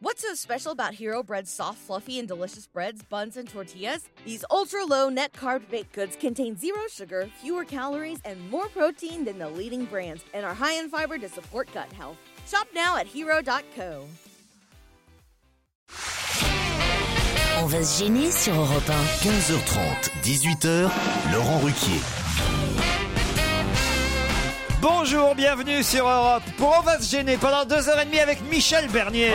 What's so special about Hero Bread's soft, fluffy, and delicious breads, buns, and tortillas? These ultra low net carb baked goods contain zero sugar, fewer calories, and more protein than the leading brands, and are high in fiber to support gut health. Shop now at hero.co. On va se gêner sur Europe 15h30, 18h, Laurent Ruquier. Bonjour, bienvenue sur Europe. Pour on va se gêner pendant deux heures et demie avec Michel Bernier.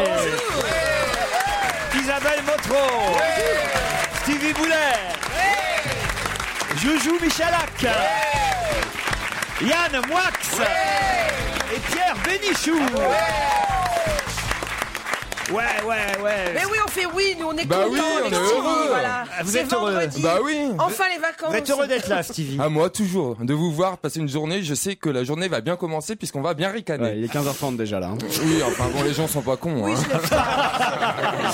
Isabelle Motro. Stevie Boulet. Joujou Michalak. Yann Moix. Et Pierre Bénichou. Ouais, ouais, ouais. Mais oui, on fait oui, nous on est Bah contents, oui, on est Stevie, heureux. voilà. Ah, vous C'est êtes heureux. vendredi. Bah oui. Enfin les vacances. Stevie À Ah, moi, toujours. De vous voir passer une journée, je sais que la journée va bien commencer puisqu'on va bien ricaner. il est 15h30 déjà là. hein. Oui, enfin bon, les gens sont pas cons. hein.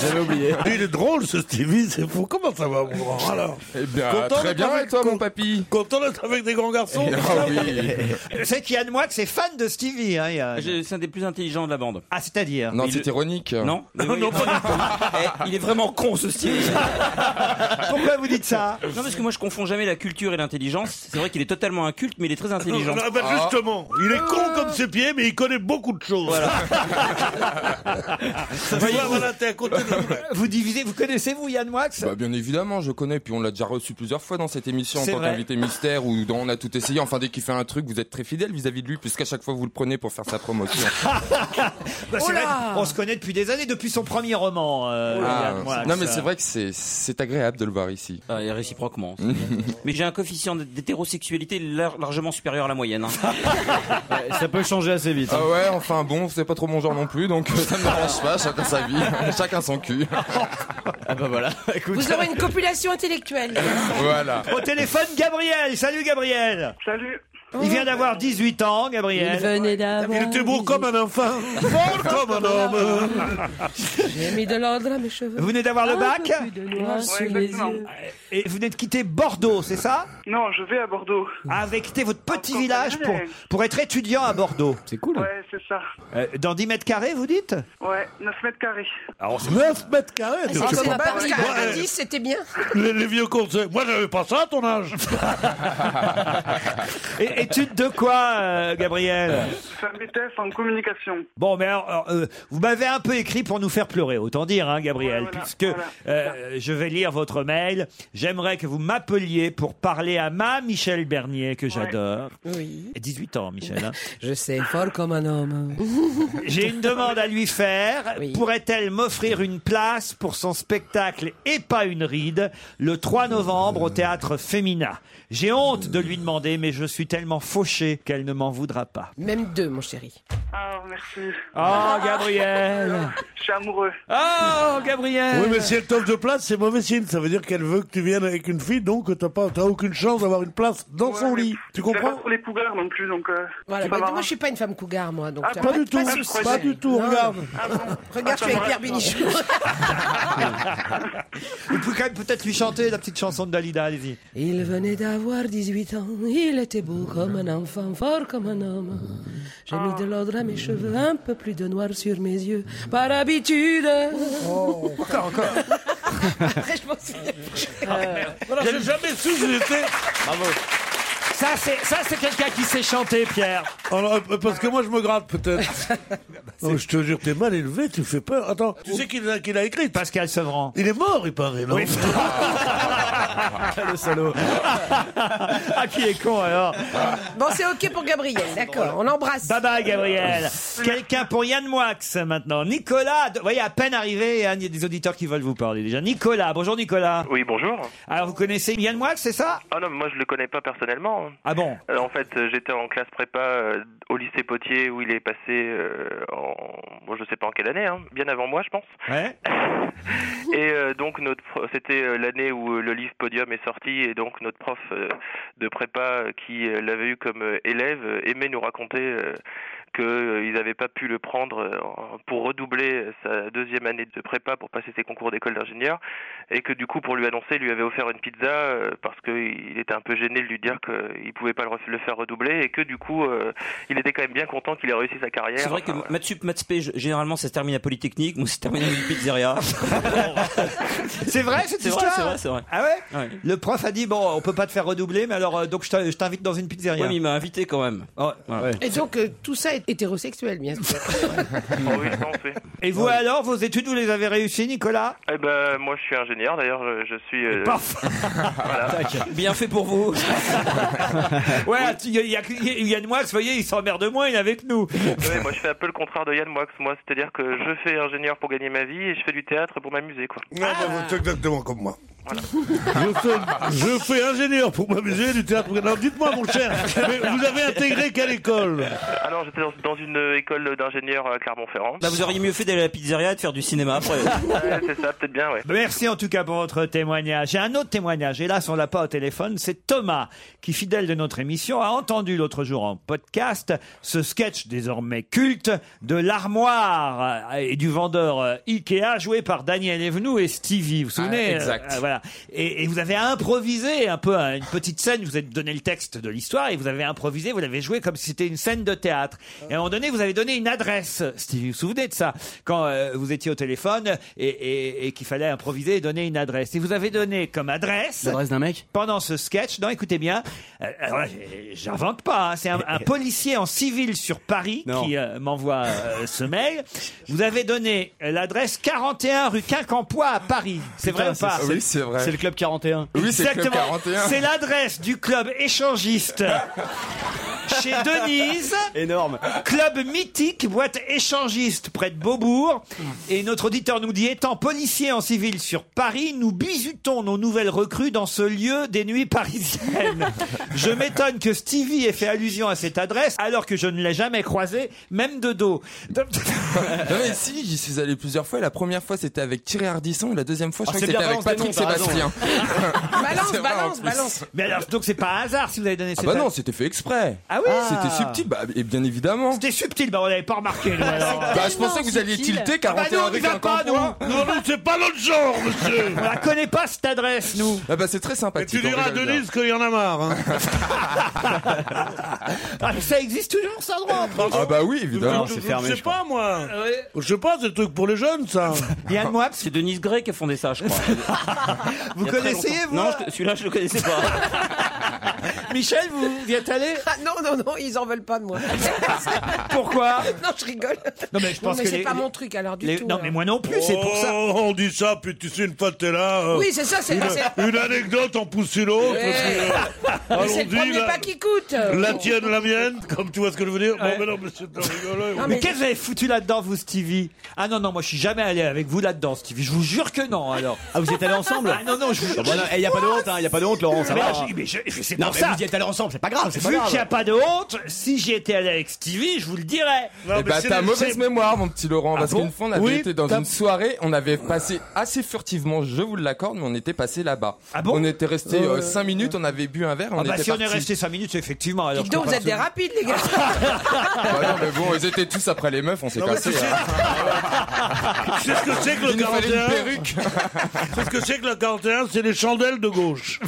J'avais oublié. Il est drôle ce Stevie, c'est fou. Comment ça va, mon grand alors Eh bien, Content très d'être bien, avec- et toi, mon papy Content d'être avec des grands garçons Ah oui. C'est qu'Yann Moix est fan de Stevie. Hein, Yann. Ah, Je- C'est un des plus intelligents de la bande. Ah, c'est-à-dire Non, Il- c'est ironique. Non, mais oui, non. Eh, Il est vraiment con ce style. Pourquoi vous dites ça Non, parce que moi je confonds jamais la culture et l'intelligence. C'est vrai qu'il est totalement inculte, mais il est très intelligent. Ah bah, justement, il est con comme ses pieds, mais il connaît beaucoup de choses. Ah. Tu vois, voilà, t'es à côté de la plaque. Vous divisez, vous connaissez vous Yann Moix Bah, bien évidemment, je connais. Puis on l'a déjà reçu plusieurs fois dans cette émission en C'est tant vrai. qu'invité mystère où dans on a tout essayé. Enfin, dès qu'il fait un truc, vous êtes très fidèle vis-à-vis de lui puisqu'à chaque fois vous le prenez pour faire sa promotion. Ah, Bah, c'est Oh là vrai, on se connaît depuis des années, depuis son premier roman. euh, Ah, Yann Moix. non, mais c'est vrai que c'est- c'est agréable de le voir ici. Ah, et réciproquement. c'est bien. mais j'ai un coefficient d'hétérosexualité lar- largement supérieur à la moyenne. hein. Ça peut changer assez hein. vite. Ah ouais, enfin bon, c'est pas trop mon genre non plus, donc euh, ça ne m'arrange pas, chacun sa vie, chacun son cul. Ah bah voilà, écoute. Vous aurez une copulation intellectuelle. Voilà. Au téléphone, Gabriel. Salut Gabriel. Salut. Il vient d'avoir 18 ans, Gabriel. venait d'avant. Il était beau comme un enfant, fort comme un homme. J'ai mis de l'ordre à mes cheveux. Vous venez d'avoir le bac Euh, Plus de noir Ouais, sous les exactement. Ah, yeux. et vous venez de quitter Bordeaux, c'est ça Non, je vais à Bordeaux. Ah, Vous avez quitté votre petit Encore village pour, jamais. pour être étudiant à Bordeaux. C'est cool. Ouais, c'est ça. Euh, dans 10 mètres carrés, vous dites Ouais, 9 mètres carrés. 9 mètres carrés. de- Ah, C'est Je sais comme à pas. Paris, Ouais, à Paris, c'était bien. les, les vieux conseils. Moi, j'avais pas ça à ton âge. Et, Études de quoi, euh, Gabriel C'est un BTS en communication. Bon, mais alors, alors, euh, vous m'avez un peu écrit pour nous faire pleurer, autant dire, hein, Gabriel, Ouais, voilà, puisque voilà. euh, je vais lire votre mail. J'aimerais que vous m'appeliez pour parler à ma Michel Bernier, que j'adore. Oui. 18 ans, Michel. hein. Je sais, fort comme un homme. J'ai une demande à lui faire. Oui. Pourrait-elle m'offrir une place pour son spectacle et pas une ride le 3 novembre au théâtre Fémina J'ai honte de lui demander, mais je suis tellement fauché qu'elle ne m'en voudra pas. Même deux, mon chéri. Ah, merci. Oh, Gabriel Je suis amoureux. Oh, Gabriel Oui, mais si elle t'offre de place, c'est mauvais signe. Ça veut dire qu'elle veut que tu viennes avec une fille, donc t'as pas, t'as aucune chance d'avoir une place dans son Ouais, lit. mais C'est Tu pas comprends pour les cougars non plus, donc. euh, Voilà. ça bah, va, moi, hein. je suis pas une femme cougar, moi. Donc, Ah, y a Pas de- euh, du tout, de je souci. croyais. pas du tout, Non, regarde. Ah bon Regarde, je Ah, suis ça avec Pierre me reste, Bénichou. Vous pouvez quand même peut-être lui chanter la petite chanson de Dalida, allez-y. Il venait d'avoir 18 ans, il était beau comme un enfant, fort comme un homme. J'ai mis de l'ordre à mes cheveux, un peu plus de noir sur mes yeux, par habitude. Après, je m'en souviens. Ah, Euh, Voilà, J'ai jamais su que j'étais. Ça, c'est, ça, c'est quelqu'un qui sait chanter, Pierre. Alors, euh, parce que moi, je me gratte peut-être. Non, je te jure, t'es mal élevé, tu fais peur. Attends, tu sais qui l'a qui l'a écrite Pascal Sevran. Il est mort, il paraît, non le salaud. ah, qui est con, alors. Bon, c'est ok pour Gabriel, d'accord. On embrasse. Bye bye, Gabriel. Quelqu'un pour Yann Moix, maintenant. Nicolas, de- vous voyez, à peine arrivé, Yann, il y a des auditeurs qui veulent vous parler déjà. Nicolas, bonjour Nicolas. Oui, bonjour. Alors, vous connaissez Yann Moix, c'est ça Ah non, mais moi je le connais pas personnellement. Ah bon Euh, en fait, euh, j'étais en classe prépa euh, au lycée Potier où il est passé euh, en. Bon, je sais pas en quelle année, hein, bien avant moi, je pense. Ouais. Et euh, donc, notre pro- c'était euh, l'année où euh, le livre Podium est sorti et donc notre prof euh, de prépa euh, qui euh, l'avait eu comme euh, élève euh, aimait nous raconter. euh, qu'ils n'avaient pas pu le prendre euh, pour redoubler sa deuxième année de prépa pour passer ses concours d'école d'ingénieur, et que du coup, pour lui annoncer, il lui avait offert une pizza euh, parce qu'il était un peu gêné de lui dire qu'il ne pouvait pas le, ref- le faire redoubler, et que du coup, euh, il était quand même bien content qu'il ait réussi sa carrière. C'est vrai que Enfin, voilà. maths sup, maths spé, g- généralement ça se termine à Polytechnique, moi ça se termine à une pizzeria. C'est vrai cette C'est vrai, histoire c'est vrai, c'est vrai. Ah ouais, Le prof a dit bon, on peut pas te faire redoubler, mais alors euh, donc je t'in- je t'invite dans une pizzeria. Ouais, mais il m'a invité quand même. Et donc, euh, tout ça est hétérosexuel, bien sûr. Et vous alors, vos études, vous les avez réussies, Nicolas Eh ben, moi, je suis ingénieur, d'ailleurs, je, je suis... euh, voilà. Bien fait pour vous. ouais, il y, a- il y a- il y a de moi, vous voyez, il s'emmerde moins, il est avec nous. Ouais, moi je fais un peu le contraire de Yann Moix, moi c'est-à-dire que je fais ingénieur pour gagner ma vie et je fais du théâtre pour m'amuser quoi. Ah. C'est exactement comme moi. Je, fais, je fais ingénieur pour m'amuser du théâtre. Non, dites-moi, mon cher, mais vous avez intégré quelle école Euh, Alors j'étais dans, dans une euh, école d'ingénieur à Clermont-Ferrand. Bah, vous auriez mieux fait d'aller à la pizzeria et de faire du cinéma après. Ouais, c'est ça, peut-être bien, ouais. Merci en tout cas pour votre témoignage. J'ai un autre témoignage. Hélas, on l'a pas au téléphone. C'est Thomas qui, fidèle de notre émission, a entendu l'autre jour en podcast ce sketch désormais culte de l'armoire euh, et du vendeur euh, Ikea joué par Daniel Evenou et Stevie. Vous vous souvenez Ah, exact. euh, euh, voilà. Et, et vous avez improvisé un peu hein, une petite scène. Vous avez donné le texte de l'histoire et vous avez improvisé. Vous l'avez joué comme si c'était une scène de théâtre. Et à un moment donné, vous avez donné une adresse. Stevie, vous vous souvenez de ça quand euh, vous étiez au téléphone et, et- et qu'il fallait improviser et donner une adresse. Et vous avez donné comme adresse L'adresse d'un mec pendant ce sketch. Non, écoutez bien. euh, alors là, j'ai- j'invente pas. hein, C'est un, un policier en civil sur Paris qui euh, m'envoie euh, ce mail. Vous avez donné l'adresse 41 rue Quincampoix à Paris. C'est vrai Putain, ou pas c'est- C'est le club 41. Exactement. C'est l'adresse du club échangiste chez Denise. Énorme. Club mythique, boîte échangiste près de Beaubourg. Et notre auditeur nous dit, étant policier en civil sur Paris, nous bisutons nos nouvelles recrues dans ce lieu des nuits parisiennes. Je m'étonne que Stevie ait fait allusion à cette adresse, alors que je ne l'ai jamais croisé, même de dos. Non, mais si, j'y suis allé plusieurs fois. La première fois, c'était avec Thierry Ardisson. Et la deuxième fois, je Ah, crois que c'est c'était bien, avec Patrick balance des noms, t'as Sébastien. bah, balance, vrai, en balance, plus. balance. Mais alors, donc c'est pas un hasard si vous avez donné Ah cette bah non, adresse. c'était fait exprès. Ah oui C'était subtil, bah, et bien évidemment. C'était subtil, bah on l'avait pas remarqué. nous, alors. Bah, je pensais que vous alliez tilter 41 Ah bah avec nous, on un y va pas, campois. nous. Non, non, c'est pas l'autre genre, monsieur On la connaît pas cette adresse, nous. Ah bah c'est très sympathique. Tu diras à on rigole bien. Denise qu'il y en a marre. hein. Ah, mais ça existe toujours, ça, droit. Ah bah oui, évidemment. Je- je- fermé, Je je sais pas, moi. Euh, Je sais pas, c'est le truc pour les jeunes, ça. Yann Moix, C'est Denise Gray qui a fondé ça, je crois. Il vous y a très connaissez, longtemps. vous Non, je- celui-là, je le connaissais pas. Michel, vous y êtes allé Ah, non, non, non, ils en veulent pas de moi. Pourquoi non, je rigole. Non, mais je pense non, mais que c'est les- pas mon truc, alors, du les- tout. euh. hein. Non, là. mais moi non plus, c'est pour ça. Oh, on dit ça, puis tu sais, une fois que t'es là. euh, Oui, c'est ça, c'est... c'est- une, une anecdote en pousse une autre. Ouais. parce que, euh, mais Ah, c'est le allons-y, premier la- pas qui coûte. La tienne, la mienne, comme tu vois ce que je veux dire. Bon, Ouais. mais non, mais c'est un rigolo. Non, Mais mais- qu'est-ce que vous avez foutu là-dedans, vous, Stevie Ah non, non, moi, je suis jamais allé avec vous là-dedans, Stevie. Je vous jure que non, alors. Ah, vous y êtes allés ensemble Ah non, non, je vous Il jure. n'y a pas de honte, hein, il n'y a pas de honte, Laurent, ça Mais va. non, je- mais je- je- c'est Non, pour mais ça. vous y êtes allés ensemble, c'est pas grave, c'est pas Vu qu'il n'y a grave. pas de honte, si j'y étais allé avec Stevie, je vous le dirais. Non, Eh mais ben, bah c'est t'as des- mauvaise c'est- mémoire mon petit Laurent parce Ah bon qu'une fois on avait Oui, été dans t'as- une soirée, on avait passé assez furtivement, je vous l'accorde, mais on était passé là-bas. Ah bon on était resté 5 minutes, on avait bu un verre, et on Ah bah, était si on est partis. resté 5 minutes, effectivement, alors. Dites je donc, vous comprends êtes des rapides, absolument. les gars. Ah, Bah non, mais bon, ils étaient tous après les meufs, on s'est Non, mais cassé. tu sais- hein. Tu sais ce que c'est que le Il nous fallait 41 une perruque. Tu sais ce que c'est que le 41 C'est les chandelles de gauche.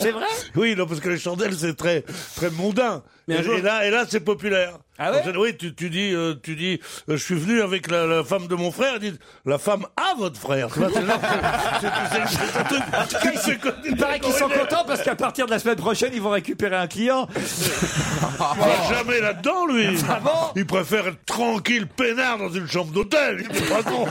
C'est vrai Oui, non, parce que les chandelles, c'est très, très mondain. Mais un et, jour- et là, et là c'est populaire. Ah ouais En fait, Oui, tu, tu dis, euh, tu dis euh, je suis venu avec la, la femme de mon frère. Ils disent, la femme à votre frère. Tu vois, c'est là que- c'est- c'est- c'est un truc- Ils sont- Il paraît qu'ils sont contents parce qu'à partir de la semaine prochaine, ils vont récupérer un client. Ah Il va jamais là-dedans, lui. il préfère être tranquille, peinard dans une chambre d'hôtel. Il est pas con.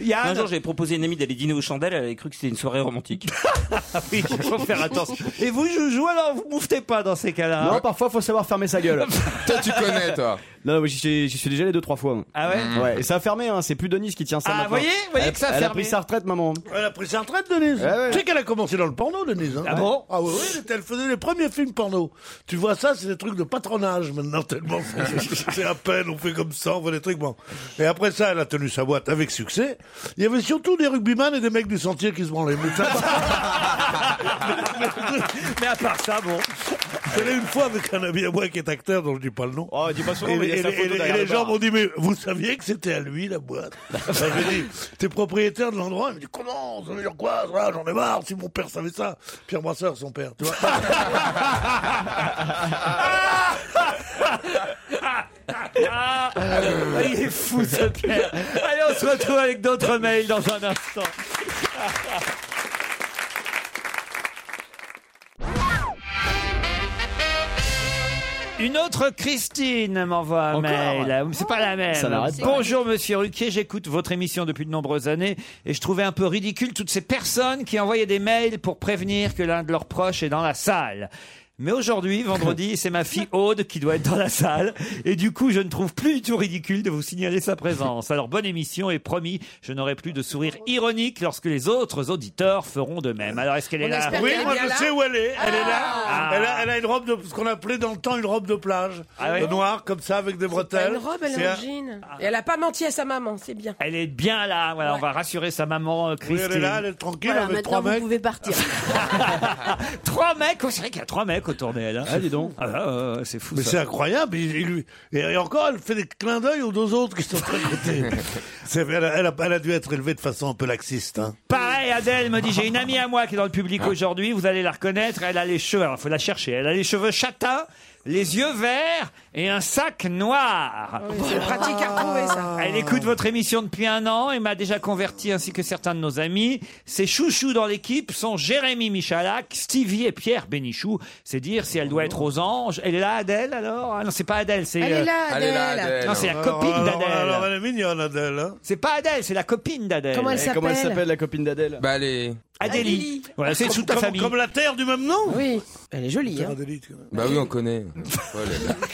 Il y a Un jour, j'avais proposé à une amie d'aller dîner aux chandelles, elle avait cru que c'était une soirée romantique. Oui, il faut faire attention. Et vous, Joujou, alors, vous mouffetez pas dans ces cas-là. hein Non, parfois, faut savoir fermer sa gueule. Toi tu connais toi. Non, mais j'y suis- j'y suis déjà allé deux, trois fois. ah ouais Ouais, et ça a fermé, hein, c'est plus Denis qui tient ça. Ah, maintenant. voyez, voyez Elle- que ça a Elle a fermé. pris sa retraite, maman. Elle a pris sa retraite, Denise. ouais. Tu sais qu'elle a commencé dans le porno, Denise. hein. Eh Ah bon Ah oui, oui, elle était- elle faisait les premiers films porno. Tu vois ça, c'est des trucs de patronage maintenant, tellement. c'est- c'est à peine, on fait comme ça, on voit des trucs. Bon. Et après ça, elle a tenu sa boîte avec succès. Il y avait surtout des rugbyman et des mecs du sentier qui se branlaient. Mais ça- Mais à part ça, bon. Je suis allé une fois avec un ami à moi qui est acteur, dont je dis pas le nom. dis pas son nom, et, mais Oh, il y a et- sa et- photo et derrière les le gens bar. m'ont dit, mais vous saviez que c'était à lui la boîte Enfin, J'ai dit, t'es propriétaire de l'endroit Il me dit, comment Ça veut dire quoi ça J'en ai marre, si mon père savait ça. Pierre Brasseur, son père, tu vois. Ah, il est fou ce père. Allez, on se retrouve avec d'autres mails dans un instant. Une autre Christine m'envoie un Ah. mail. C'est pas la même. Ça n'arrête pas. Bonjour Monsieur Ruquier, j'écoute votre émission depuis de nombreuses années et je trouvais un peu ridicule toutes ces personnes qui envoyaient des mails pour prévenir que l'un de leurs proches est dans la salle. Mais aujourd'hui, vendredi, c'est ma fille Aude qui doit être dans la salle. Et du coup, je ne trouve plus du tout ridicule de vous signaler sa présence. Alors, bonne émission et promis, je n'aurai plus de sourire ironique lorsque les autres auditeurs feront de même. Alors, est-ce qu'elle est là Oui, moi je sais où elle est. Elle est là. Ah. Elle, a, elle a une robe de ce qu'on appelait dans le temps une robe de plage, Ah ouais. de noir comme ça avec des Elle a bretelles. une robe, elle C'est est en un- jean. Et elle a pas menti à sa maman, c'est bien. Elle est bien là, voilà, on va rassurer sa maman euh, Oui, Christine. elle est là, elle est tranquille Voilà, avec maintenant, trois vous mecs. Ah, pouvez partir. Trois mecs, oh, c'est vrai qu'il y a trois mecs autour d'elle. hein. Ah, dis donc. Ah, ouais, ouais, ouais, c'est fou. Mais ça. c'est incroyable. il- il lui- Et, et encore, elle fait des clins d'œil aux deux autres qui sont à côté. C'est- elle, a- elle a, elle a dû être élevée de façon un peu laxiste. Hein. Pareil, Adèle me dit j'ai une amie à moi qui est dans le public aujourd'hui, vous allez la reconnaître, elle a les cheveux, alors faut la chercher, elle a les cheveux châtains, les yeux verts et un sac noir. Ah C'est pratique à retrouver, ça. Ah, Elle écoute votre émission depuis un an et m'a déjà converti ainsi que certains de nos amis. Ses chouchous dans l'équipe sont Jérémy Michalak, Stevie et Pierre Bénichou. C'est dire si elle doit être aux anges. Elle est là, Adèle, alors Ah non, c'est pas Adèle, c'est... Elle est là, euh, Elle est là, Adèle. Adèle. Non, c'est la Alors, copine Ah, alors, d'Adèle. alors, elle est mignonne, Adèle. hein. C'est pas Adèle, c'est la copine d'Adèle. Comment elle Et comment elle s'appelle s'appelle, la copine d'Adèle Bah, allez. Adélie. Adélie. Voilà, c'est Comme- toute ta comme- famille. Comme la terre du même nom. Oui. Elle est jolie. hein. Bah oui, on connaît. Paul,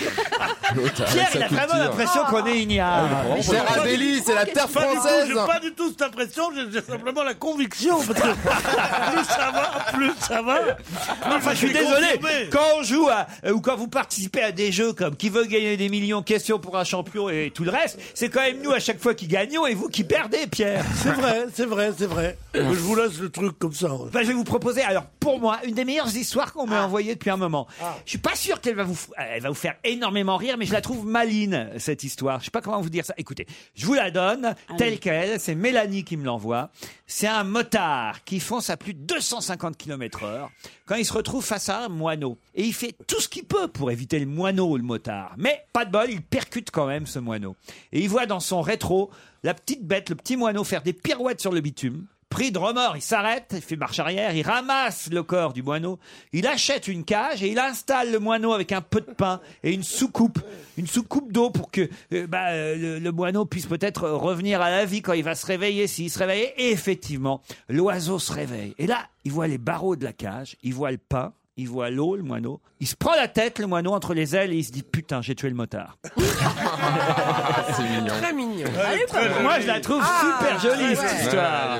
elle- L'autre, avec Pierre, sa il a vraiment culture. l'impression qu'on est Ah oui, ignare. vraiment, Cher Pas du Adélie, tout, c'est la qu'est-ce terre que- pas du tout, française. J'ai pas du tout cette impression, j'ai j'ai simplement la conviction. Parce que plus ça va, plus ça va. plus Enfin, je suis désolé. Quand on joue à, euh, ou quand vous participez à des jeux comme qui veut gagner des millions, question pour un champion et tout le reste, c'est quand même nous à chaque fois qui gagnons et vous qui perdez, Pierre. C'est vrai, c'est vrai, c'est vrai. Je Euh. vous laisse le truc comme ça. Bah, je vais vous proposer, alors pour moi, une des meilleures histoires qu'on m'a envoyées depuis un moment. Je suis pas sûr qu'elle va vous, f- elle va vous faire énormément rire, mais je la trouve maline cette histoire. Je sais pas comment vous dire ça. Écoutez, je vous la donne telle qu'elle. C'est Mélanie qui me l'envoie. C'est un motard qui fonce à plus de 250 km/h quand il se retrouve face à un moineau et il fait tout ce qu'il peut pour éviter le moineau ou le motard. Mais pas de bol, il percute quand même ce moineau et il voit dans son rétro la petite bête, le petit moineau faire des pirouettes sur le bitume. Pris de remords, il s'arrête, il fait marche arrière, il ramasse le corps du moineau, il achète une cage et il installe le moineau avec un peu de pain et une soucoupe, une soucoupe d'eau pour que euh, bah, euh, le, le moineau puisse peut-être revenir à la vie quand il va se réveiller, s'il se réveillait. Et effectivement, l'oiseau se réveille. Et là, il voit les barreaux de la cage, il voit le pain, il voit l'eau, le moineau. Il se prend la tête, le moineau, entre les ailes et il se dit putain, j'ai tué le motard. C'est mignon. Ah, Très mignon. Ah, Moi, je la trouve Ah, super jolie cette histoire.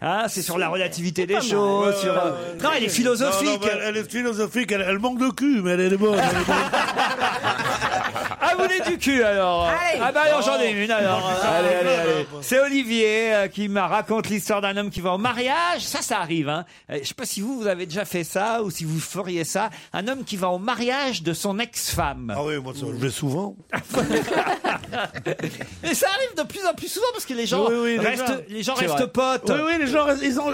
Ah, c'est sur la relativité des choses, sur. euh, Non, elle est Ah, philosophique. Non, non, mais elle- elle est philosophique, elle, elle manque de cul, mais elle est bonne. elle est bonne. Ah, vous voulez du cul alors Allez. Ah, bah alors j'en ai une alors. Allez, allez, allez. C'est Olivier euh, qui me raconte l'histoire d'un homme qui va au mariage. Ça, ça arrive. Hein. Euh, Je sais pas si vous, vous avez déjà fait ça ou si vous feriez ça. Un homme qui va au mariage de son ex-femme. Ah oui, moi, ça, je vais souvent. Et ça arrive de plus en plus souvent parce que les gens Oui, oui, les gens. restent, les gens C'est restent vrai. potes. Oui, oui, les gens, ils ont,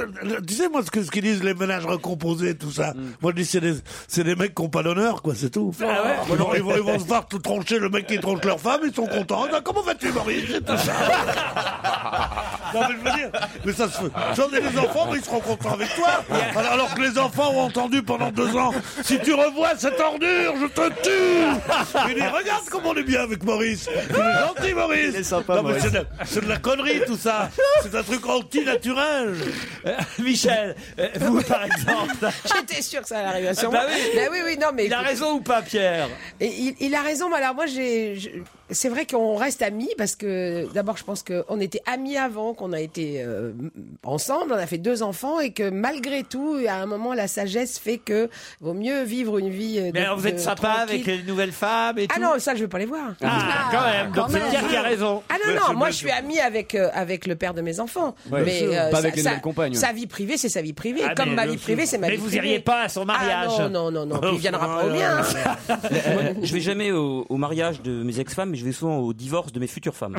tu sais, moi, ce que- ce qu'ils disent, les ménages recomposés, tout ça. Moi, je dis, c'est des, c'est des mecs qui n'ont pas d'honneur, quoi, c'est tout. Mm. Ah ouais ils, vont, ils vont- ils vont se voir tout troncher, le mec qui tronche leur femme, ils sont contents. Ah, comment vas-tu, Marie? C'est tout ça. non, mais je veux dire, mais ça se fait. J'en ai des enfants, mais ils seront contents avec toi. Alors, alors que les enfants ont entendu pendant deux ans, si tu revois cette ordure, je te tue! Il dit, regarde comment on est bien avec Maurice. Il est gentil, Maurice. Il est sympa, Non, mais Maurice. c'est de- c'est de la connerie, tout ça. C'est un truc anti-naturel. Euh, Michel, euh, vous par exemple. J'étais sûre que ça allait arriver à Ah sûrement. bah oui. oui, oui, non, mais. Il a raison ou pas, Pierre Et il, il a raison, mais alors moi, j'ai. je- C'est vrai qu'on reste amis parce que d'abord je pense qu'on était amis avant, qu'on a été euh, ensemble, on a fait deux enfants et que malgré tout, à un moment, la sagesse fait que vaut mieux vivre une vie. euh, de- Mais alors, vous êtes de- sympa avec tranquille. les nouvelles femmes et Ah tout non, ça je vais pas les voir. Ah, quand même. Donc, c'est Pierre qui a raison. Ah non, non, moi je suis amie avec, euh, avec le père de mes enfants. Ouais. mais euh, Bien sûr. Pas avec sa- les sa- nouvelles compagnes. Sa vie privée, c'est sa vie privée. Ah, Comme mais ma bien vie sûr. privée, c'est ma Mais vie vous privée. iriez pas à son mariage. Ah, non, non, non, non. puis il viendra Ah, pas au mien. je vais jamais au, au mariage de mes ex-femmes, mais je vais souvent au divorce de mes futures femmes.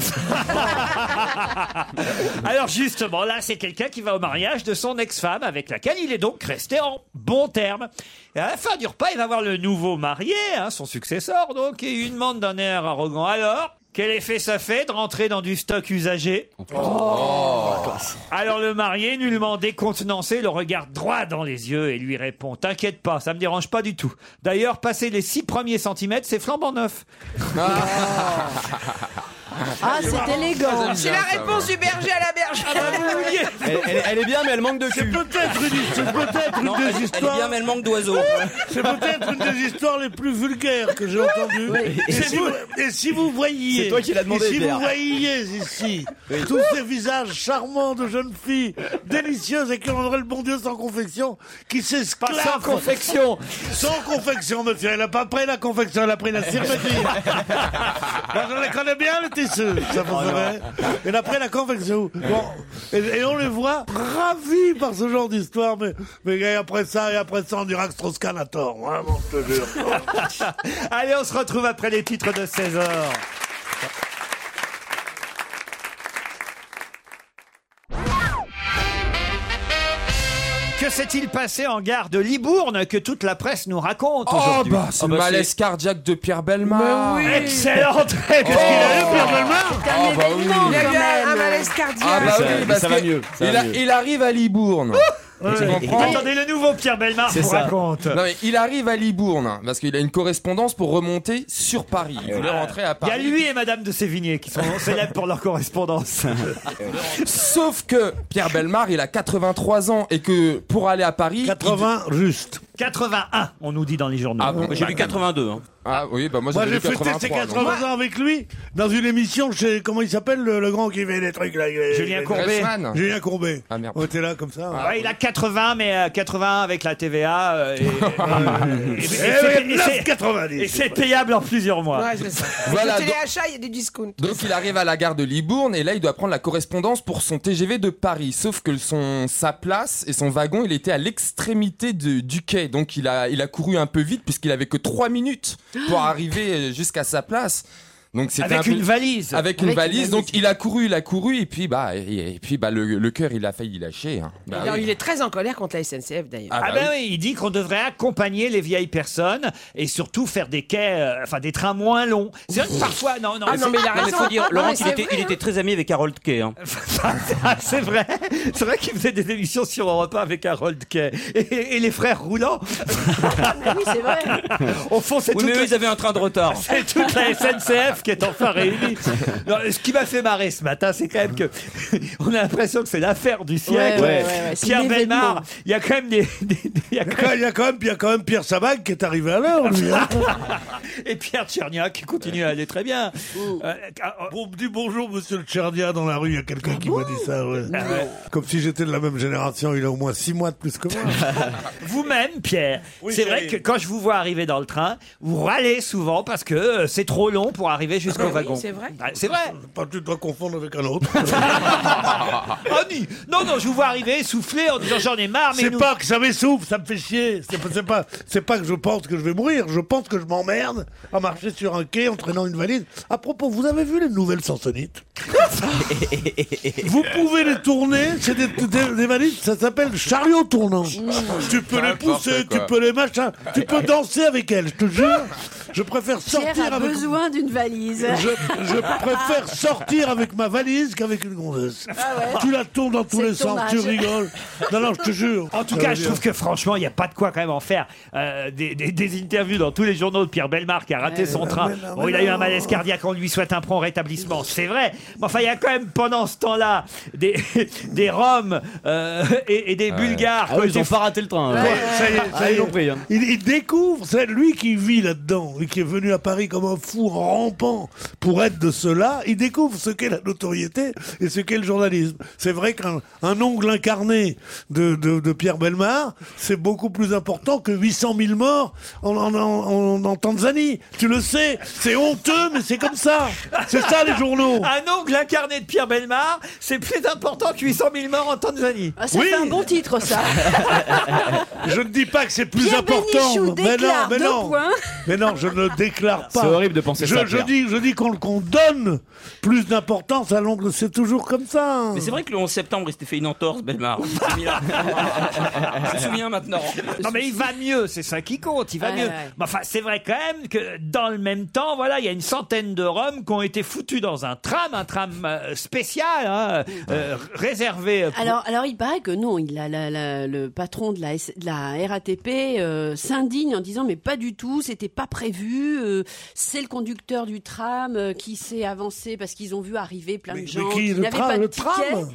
Alors justement, là, c'est quelqu'un qui va au mariage de son ex-femme, avec laquelle il est donc resté en bon terme. Et à la fin du repas, il va voir le nouveau marié, hein, son successeur, donc, et il lui demande d'un air arrogant. Alors, quel effet ça fait de rentrer dans du stock usagé Alors le marié, nullement décontenancé, le regarde droit dans les yeux et lui répond T'inquiète pas, ça me dérange pas du tout. D'ailleurs, passer les six premiers centimètres, c'est flambant neuf. Ah, Ah, c'est élégant. C'est la réponse du berger à la Ah, bergère. bah, Elle, elle- elle est bien, mais elle manque de cul. Peut-être une, c'est peut-être une Non, des elle- elle est histoires. bien, mais elle manque d'oiseaux. C'est peut-être une des histoires les plus vulgaires que j'ai entendues. Oui. Et, si vous, et si vous voyiez. C'est toi qui l'as demandé, et si Pierre. vous voyiez ici tous ces visages charmants de jeunes filles délicieuses et qui rendrait le bon Dieu sans confection, qui s'esclavent. Sans confection. Sans confection, monsieur. Elle a pas pris la confection, elle a pris la cirmétrie. Moi, je les connais bien, les tissus, ça vous Oh non. savez. Et après, la confection. Bon. Et, et on les voit ravis par ce genre d'histoire, mais, mais et après ça, et après ça, on dira que Strauss-Kahn a tort. Vraiment, je te jure. Allez, on se retrouve après les titres de 16h. Que s'est-il passé en gare de Libourne que toute la presse nous raconte aujourd'hui bah, c'est le malaise cardiaque de Pierre Belmar. Mais oui. Excellente réponse Ah. Oh. qu'il a eu, Pierre Bellemare. Ah bah oui. Il a eu un- un malaise cardiaque. Ah bah Mais ça- oui, mais parce ça va que mieux, ça va il, a- mieux. il arrive à Libourne. Tu Ouais. comprends Attendez, le nouveau Pierre Belmar vous raconte. Non, mais il arrive à Libourne hein, parce qu'il a une correspondance pour remonter sur Paris. Il voulait rentrer à Il y Paris. a lui et Madame de Sévigné qui sont célèbres pour leur correspondance. Sauf que Pierre Belmar, il a 83 ans et que pour aller à Paris, 80 juste. 81, on nous dit dans les journaux. Ah bon, J'ai lu 82. hein. Ah oui, bah moi Moi, j'ai j'ai lu fêté 83. ses donc. 80 ans avec lui dans une émission chez, comment il s'appelle, le, le grand qui fait des trucs là. les- Julien les- Courbet. Julien Courbet. Ah merde. On était là comme ça. Ouais, il a 80, mais euh, 80 avec la TVA. euh, et, et- et- et- Eh c'est- oui, et c'est- 9,90. et c'est payable en plusieurs mois. Ouais, c'est ça. Voilà, Avec le téléachat, il y a du discount. Donc il arrive à la gare de Libourne et là il doit prendre la correspondance pour son TGV de Paris. Sauf que son sa place et son wagon il était à l'extrémité de- du quai. Donc il a il a couru un peu vite puisqu'il avait que 3 minutes pour arriver euh, jusqu'à sa place. Donc c'était Avec un peu- une valise. Avec une valise, donc il a couru, il a couru, et puis bah, et, et puis bah, le, le cœur il a failli lâcher. hein. Bah Alors, oui. Il est très en colère contre la SNCF d'ailleurs. Ah Ah bah ben oui, il dit qu'on devrait accompagner les vieilles personnes et surtout faire des quais, euh, enfin des trains moins longs. C'est vrai que parfois, non, non, Ah non, mais il a Non, mais raison. faut dire, Ah, Laurent, mais il, c'est était, vrai, il hein. était très ami avec Harold Kay. hein. Ah, c'est vrai, c'est vrai qu'il faisait des émissions sur Europe 1 avec Harold Kay et, et les frères roulants. Ah oui, c'est vrai. Au fond, c'est Oui, toute mais la- eux, ils avaient un train de retard. C'est toute la SNCF qui est enfin réunie. Non, ce qui m'a fait marrer ce matin, c'est quand même que on a l'impression que c'est l'affaire du siècle. Ouais, ouais, ouais, ouais, c'est Pierre l'événement. Belmar, il y a quand même des, des- des- il y a quand même- Il y, a quand même, il y a quand même Pierre Sabag qui est arrivé à l'heure, lui. hein. et Pierre Tcherniak qui continue à aller très bien. Euh, euh, Bon, dis bonjour, monsieur le Tchernia, dans la rue, il y a quelqu'un qui m'a dit ça. ouais. Comme si j'étais de la même génération, il a au moins 6 mois de plus que moi. Ah, Vous-même, Pierre, Oui, c'est vrai que chérie. quand je vous vois arriver dans le train, vous râlez souvent parce que euh, c'est trop long pour arriver jusqu'au Oui, wagon. c'est vrai. Ah, C'est vrai. Pas que tu dois confondre avec un autre. Ah, ni- non, non, je vous vois arriver souffler en disant j'en ai marre, mais C'est nous- pas que ça m'essouffle, ça me fait chier. C'est pas, c'est pas, c'est pas que je pense que je vais mourir, je pense que je m'emmerde à marcher sur un quai en traînant une valise. À propos, vous avez vu les nouvelles Sansonites Vous pouvez les tourner, c'est des, des- des valises, ça s'appelle chariot tournant. tu peux les N'importe pousser, quoi. tu peux les machins, tu peux danser avec elles, je te jure. Je préfère sortir Pierre a avec besoin d'une valise. Ah, je, je préfère sortir avec ma valise qu'avec une gonzesse. Tu la tournes dans tous Ah C'est les sens, dommage. tu rigoles. Non, non, je te jure. Euh, En tout Ça cas, veut je dire- trouve que franchement, il n'y a pas de quoi quand même en faire euh, des, des- des interviews dans tous les journaux de Pierre Belmar qui a raté Eh, son train. Bon, il a eu un malaise cardiaque, on lui souhaite un prompt rétablissement, c'est vrai. Mais enfin, il y a quand même pendant ce temps-là des, des Roms euh, et, et des Ah Bulgares. qui ont ouais, ils été ont pas raté le train. Ouais, ça y est, ça y est. ils l'ont Ah, pris, hein. Il, il découvre, c'est lui qui vit là-dedans. qui est venu à Paris comme un fou en rampant pour être de cela, il découvre ce qu'est la notoriété et ce qu'est le journalisme. C'est vrai qu'un un ongle incarné de, de- de Pierre Belmar, c'est beaucoup plus important que 800 000 morts en, en- en- en- en Tanzanie. Tu le sais, c'est honteux, mais c'est comme ça. C'est ça les journaux. Un ongle incarné de Pierre Belmar, Ah, c'est plus important que 800 000 morts en Tanzanie. Ah, ça fait un bon titre, ça. Je ne dis pas que c'est plus Pierre important. Bénichou mais non, déclare mais deux non. points. Mais non, je ne déclare pas. C'est horrible de penser je, ça, Je Pierre. dis, je dis qu'on qu'on donne plus d'importance à l'ongle. C'est toujours comme ça. Mais c'est vrai que le 11 septembre, il s'était fait une entorse, Belmar. Je me souviens maintenant. Non mais il va mieux, c'est ça qui compte, il va Ouais, mieux. ouais. Mais enfin, c'est vrai quand même que dans le même temps, voilà, il y a une centaine de Roms qui ont été foutus dans un tram, un tram euh, spécial, hein, euh, réservé. pour- Alors, euh, alors, il paraît que non, il a la- la- le patron de la, S- de la RATP euh, s'indigne en disant mais pas du tout, c'était pas prévu, euh, c'est le conducteur du tram euh, qui s'est avancé parce qu'ils ont vu arriver plein de gens mais qui, le n'avaient tram- pas de le tram ticket.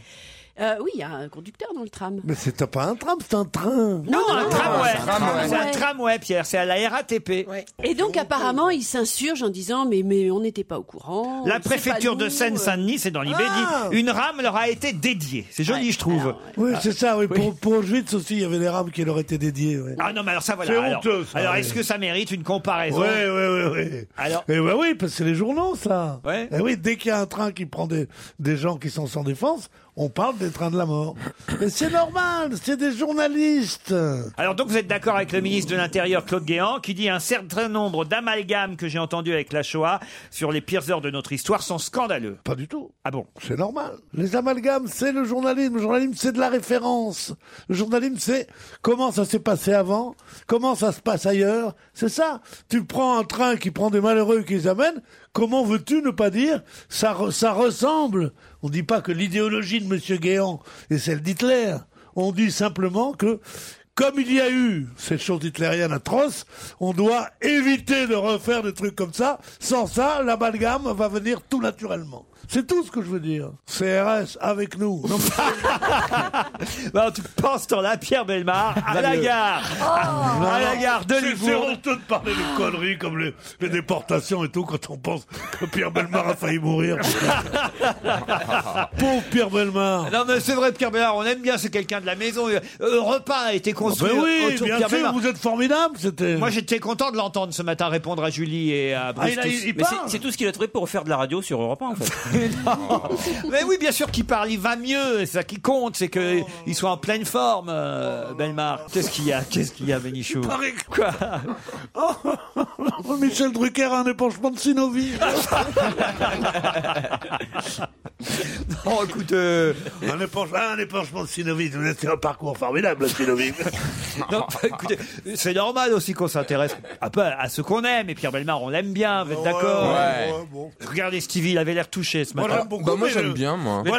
Euh, oui, il y a un conducteur dans le tram. Mais Ah, c'est pas un tram, c'est un train. Non, non, un non, tramway. c'est un tramway. C'est un tramway, Pierre, c'est à la RATP. Et donc apparemment, il s'insurge en disant mais mais on n'était pas au courant. La Oh, c'est pas préfecture de nous, Seine-Saint-Denis, c'est dans l'Ibédi. Ah Une rame leur a été dédiée. C'est joli, je trouve. Oui, c'est ça. Oui. Pour, pour Auschwitz aussi, il y avait des rames qui leur étaient dédiées. ouais. Ah non, mais alors ça, voilà. C'est alors, honteux, ça, alors, oui. est-ce que ça mérite une comparaison Ouais, ouais, ouais, ouais. Alors- Eh ben oui, parce que c'est les journaux, ça. Ouais. Eh oui, dès qu'il y a un train qui prend des, des gens qui sont sans défense, on parle des trains de la mort. Mais c'est normal, c'est des journalistes. Alors donc vous êtes d'accord avec le ministre de l'Intérieur Claude Guéant qui dit un certain nombre d'amalgames que j'ai entendus avec la Shoah sur les pires heures de notre histoire sont scandaleux. Pas du tout. Ah bon C'est normal. Les amalgames, c'est le journalisme. Le journalisme, c'est de la référence. Le journalisme, c'est comment ça s'est passé avant, comment ça se passe ailleurs. C'est ça. Tu prends un train qui prend des malheureux et qui les amène. Comment veux-tu ne pas dire ça, re- ça ressemble On ne dit pas que l'idéologie de M. Guéant est celle d'Hitler. On dit simplement que comme il y a eu cette chose hitlérienne atroce, on doit éviter de refaire des trucs comme ça. Sans ça, l'amalgame va venir tout naturellement. C'est tout ce que je veux dire. CRS avec nous. Non, Bah, en tout cas, en ce temps-là, Pierre Belmar à Va la mieux. gare, non, à, à la non. gare de Oh. C'est- C'est Libourne. honteux de parler de conneries comme les, les déportations et tout quand on pense que Pierre Belmar a failli mourir. Pauvre Pierre Belmar. Non mais c'est vrai Pierre Belmar, on aime bien, c'est quelqu'un de la maison. Euh, Europe 1 a été construit Ah ben oui, autour de bien Pierre sûr, Belmar. vous êtes formidable, Euh. c'était. Moi j'étais content de l'entendre ce matin répondre à Julie et à Bruce. Mais tous. c'est- C'est tout ce qu'il a trouvé pour faire de la radio sur Europe 1, en fait. Mais oui, bien sûr qu'il parle, il va mieux. C'est ça qui compte, c'est que Oh. il soit en pleine forme, euh, Belmar. Qu'est-ce qu'il y a Qu'est-ce qu'il y a, Benichou paraît que- Quoi Oh, Michel Drucker a un épanchement de synovie. oh, écoute, euh, un, épanchement, un épanchement de synovie. Vous êtes sur un parcours formidable, synovie. Non, bah, écoutez, c'est normal aussi qu'on s'intéresse un peu à ce qu'on aime. Et Pierre Belmar, on l'aime bien, vous êtes d'accord Ouais. Ouais, Regardez Stevie, il avait l'air touché ce bah, Moi, matin. j'aime beaucoup. mais je- Moi,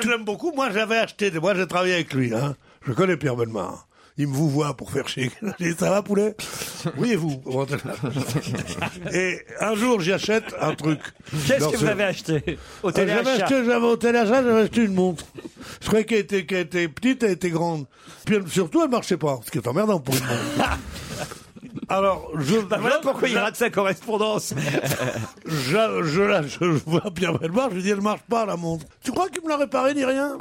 je l'aime beaucoup. Moi, j'avais acheté. des- Moi, j'ai travaillé avec lui. hein. Je connais Pierre Belmar. Il me vous voit pour faire chier. J'ai dit, ça va, poulet Oui, et vous Et un jour, j'achète un truc. Qu'est-ce Dans que ce- vous avez acheté Euh, au Ah, J'avais téléachat acheté, j'avais au téléachat, j'avais acheté une montre. Je croyais qu'elle était, qu'elle était petite, elle était grande. Puis elle- surtout, elle marchait pas, ce qui est emmerdant pour une montre. Alors, je. Bah, voilà pourquoi il rate sa correspondance. Je, je, la- je- je vois Pierre Belmar, je lui dis, elle marche pas, la montre. Tu crois qu'il me l'a réparée ni rien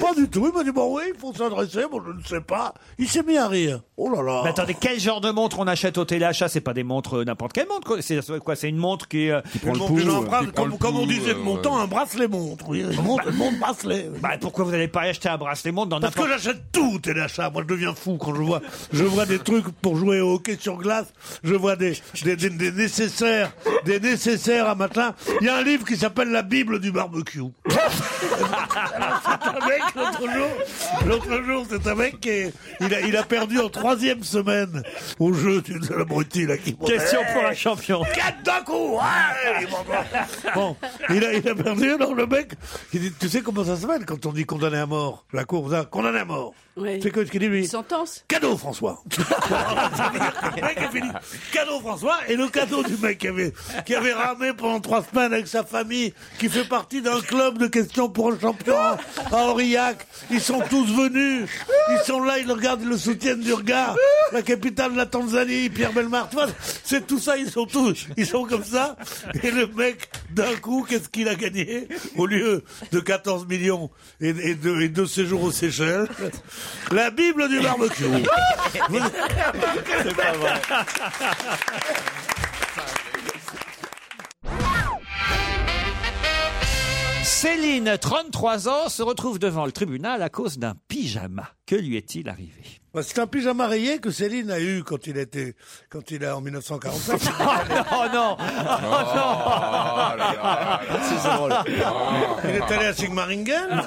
Pas du tout. Il m'a dit, bon, oui, il faut s'adresser, bon, je ne sais pas. Il s'est mis à rire. Oh là là. Mais attendez, quel genre de montre on achète au téléachat C'est pas des montres, euh, n'importe quelle montre. quoi. C'est c'est quoi C'est une montre qui, euh, Une montre, une empreinte, comme, comme on disait de mon temps, un bracelet montre. Oui, une montre, une montre bracelet. Bah, pourquoi vous n'allez pas acheter un bracelet montre dans Parce que n'importe j'achète tout au téléachat. Moi, je deviens fou quand je vois, je vois des trucs pour jouer au hockey sur glace. Je vois des, des, des- des nécessaires, des nécessaires à matin. Il y a un livre qui s'appelle La Bible du barbecue. Alors, c'est un mec, l'autre jour, l'autre jour, c'est un mec qui est- il, a, il a perdu en troisième semaine au jeu du- de l'abruti, là, qui Question pour un champion. Quatre d'un coup, ouais, il m'en- Bon, il a, il a perdu, alors le mec, il dit, tu sais comment ça s'appelle quand on dit condamné à mort La cour, ça, condamné à mort. Ouais. C'est quoi ce qu'il dit lui Sentence. Cadeau François Le mec a fini. Cadeau François Et le cadeau du mec qui avait, qui avait ramé pendant trois semaines avec sa famille, qui fait partie d'un club de questions pour un champion à- à Aurillac. Ils sont tous venus. Ils sont là, ils le regardent, ils le soutiennent du regard. La capitale de la Tanzanie, Pierre Belmar. Tu vois, c'est tout ça, ils sont tous. Ils sont comme ça. Et le mec, d'un coup, qu'est-ce qu'il a gagné Au lieu de 14 millions et, et de, et de séjours aux Seychelles, la Bible du barbecue. C'est pas vrai. Céline, 33 ans, se retrouve devant le tribunal à cause d'un pyjama. Que lui est-il arrivé Bah, C'est un pyjama rayé que Céline a eu quand il était, quand il a en 1945. oh non, Oh, Oh, Ah. Il est allé à Sigmaringen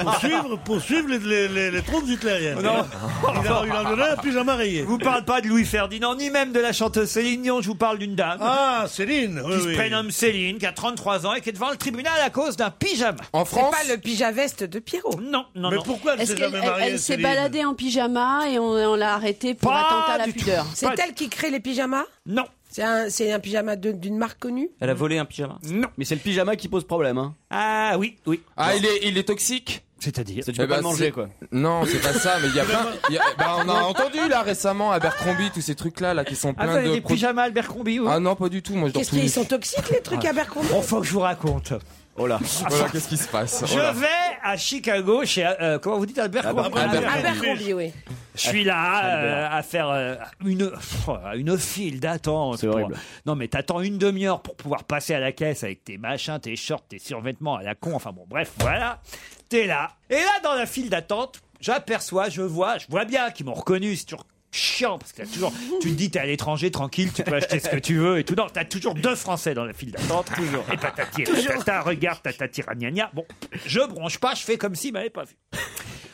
pour suivre, pour suivre les, les, les, les troupes hitlériennes. Il a, il a donné un pyjama rayé. vous parle pas de Louis Ferdinand, ni même de la chanteuse Céline Dion, je vous parle d'une dame. Ah, Céline Qui se prénomme Céline, qui a 33 ans et qui est devant le tribunal à cause d'un pyjama. En C'est pas le pyjaveste de Pierrot. Non, non, Mais non. pourquoi Est-ce qu'elle elle- elle s'est baladée en pyjama et on, on l'a arrêtée pour attentat à la pudeur C'est elle qui crée les pyjamas Non. C'est un, c'est un pyjama de- d'une marque connue Elle a volé un pyjama. Non. Mais c'est le pyjama qui pose problème. Hein. Ah oui, oui. Ah, il est, il est toxique C'est-à-dire Tu peux pas le manger, quoi. Non, Eh ben, c'est pas ça, mais il y a plein. il y a- bah, on a entendu là récemment Abercrombie, tous ces trucs-là là, qui sont Ah, pleins ça, de. des pro- pyjamas Abercrombie, oui. Ah non, pas du tout, moi je dors Qu'est-ce tous qu'ils nus. sont toxiques les trucs Ah. à Abercrombie Oh, faut que je vous raconte. Oh là. Voilà, Ah, bah, qu'est-ce qui se passe Je Oh là. vais à Chicago chez. euh, comment vous dites Abercrombie Abercrombie, oui. Je suis là Albert. euh, à faire euh, une, pff, une file d'attente. pour- Non, mais t'attends une demi-heure pour pouvoir passer à la caisse avec tes machins, tes shorts, tes survêtements à la con. Enfin bon, bref, voilà. T'es là. Et là, dans la file d'attente, j'aperçois, je vois, je vois bien qu'ils m'ont reconnu. C'est toujours chiant parce que t'as toujours. Tu te dis, t'es à l'étranger, tranquille, tu peux acheter ce que tu veux et tout. Non, t'as toujours deux Français dans la file d'attente. Toujours. Et patati et patata, regarde, patati, ragnagna. Bon, je bronche pas, je fais comme s'ils m'avaient pas vu.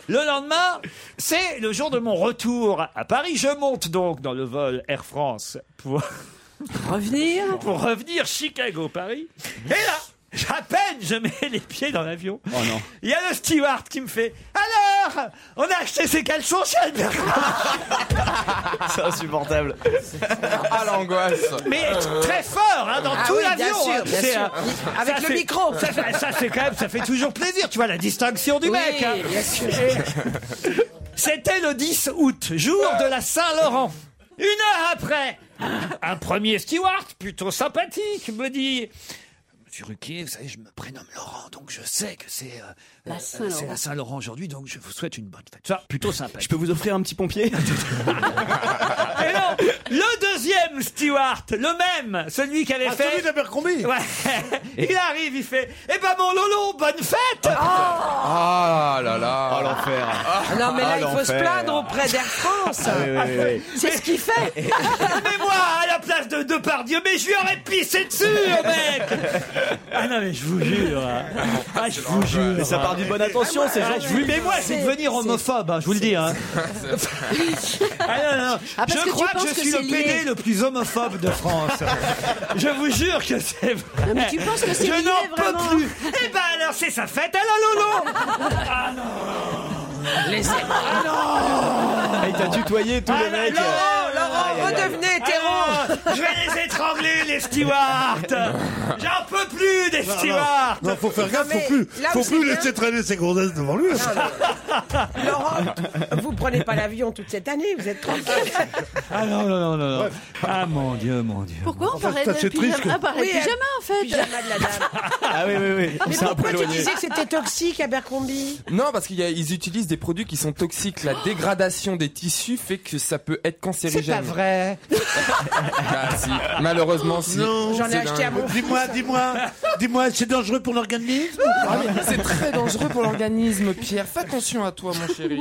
Le lendemain, c'est le jour de mon retour à Paris. Je monte donc dans le vol Air France pour revenir, pour revenir Chicago-Paris. Et Mmh. là, à peine je mets les pieds dans l'avion. Oh, non. Il y a le steward qui me fait Alors, on a acheté ces caleçons chez Albert. C'est insupportable. Ah l'angoisse. Mais très fort hein, dans Euh. Ah tout oui, bien l'avion. sûr, hein. bien C'est, sûr. euh, Avec ça le fait- micro. Ça, fait- ça fait quand même, ça fait toujours plaisir. Tu vois la distinction du Oui, mec. hein. bien sûr. Et- C'était le 10 août, jour de la Saint-Laurent. Une heure après, un premier steward plutôt sympathique me dit. Monsieur Ruquier, vous savez, je me prénomme Laurent, donc je sais que c'est euh, La euh, Saint-Laurent. c'est la Saint-Laurent aujourd'hui, donc je vous souhaite une bonne fête. Ça, plutôt sympa. Je peux vous offrir un petit pompier Et non, le deuxième Stewart, le même, celui qui avait fait. Celui d'Abercrombie. Ouais. Il arrive, il fait. Eh ben mon Lolo, bonne fête. Ah là là. Ah l'enfer. Ah non, mais là, Ah, il faut se l'enfer. plaindre auprès d'Air France. Ah, oui, oui, oui, C'est ce qu'il fait. mais moi, à la place de Depardieu, mais je lui aurais pissé dessus, oh, mec. Ah non, mais je vous jure. hein. Ah, je vous jure. Mais ça part d'une bonne attention, ces gens. Ah, je vous- mais moi, je vais devenir homophobe, hein, je vous le dis. hein. Ah non, Ah, non. parce je que tu crois que penses je que suis c'est le PD lié. le plus homophobe de France. je vous jure que c'est vrai. Ah, Non, mais tu penses que c'est Je lié, n'en peux vraiment plus. Eh ben alors, c'est sa fête, alors, Lolo Ah non Laissez-moi Ah, Il t'a tutoyé tous les mecs. Laurent, redevenez hétéro Je vais les étrangler, les stewards J'en peux plus des Non, stewards non, non, faut faire gaffe, Non, mais faut plus, là où faut c'est plus bien- laisser traîner ses gonzesses devant lui. Laurent, vous prenez pas l'avion toute cette année, vous êtes tranquille. Ah non, non, non, non, non. Ah mon Dieu, mon Dieu. Pourquoi on Enfin, parlait ça, de c'est pyjama triste que- Ah, on parlait de Oui, euh, pyjama en fait. pyjama de la dame. Ah oui, oui, oui. Mais s'est un peu pourquoi tu éloigné. disais que c'était toxique Abercrombie Non, parce qu'ils utilisent des produits qui sont toxiques. La dégradation des tissus fait que ça peut être cancérigène. vrai. Ah, si. Malheureusement, si. J'en ai C'est acheté à dingue. mon fils. Dis-moi, dis-moi, dis-moi, c'est dangereux pour l'organisme Ah, mais C'est très dangereux pour l'organisme, Pierre. Fais attention à toi, mon chéri.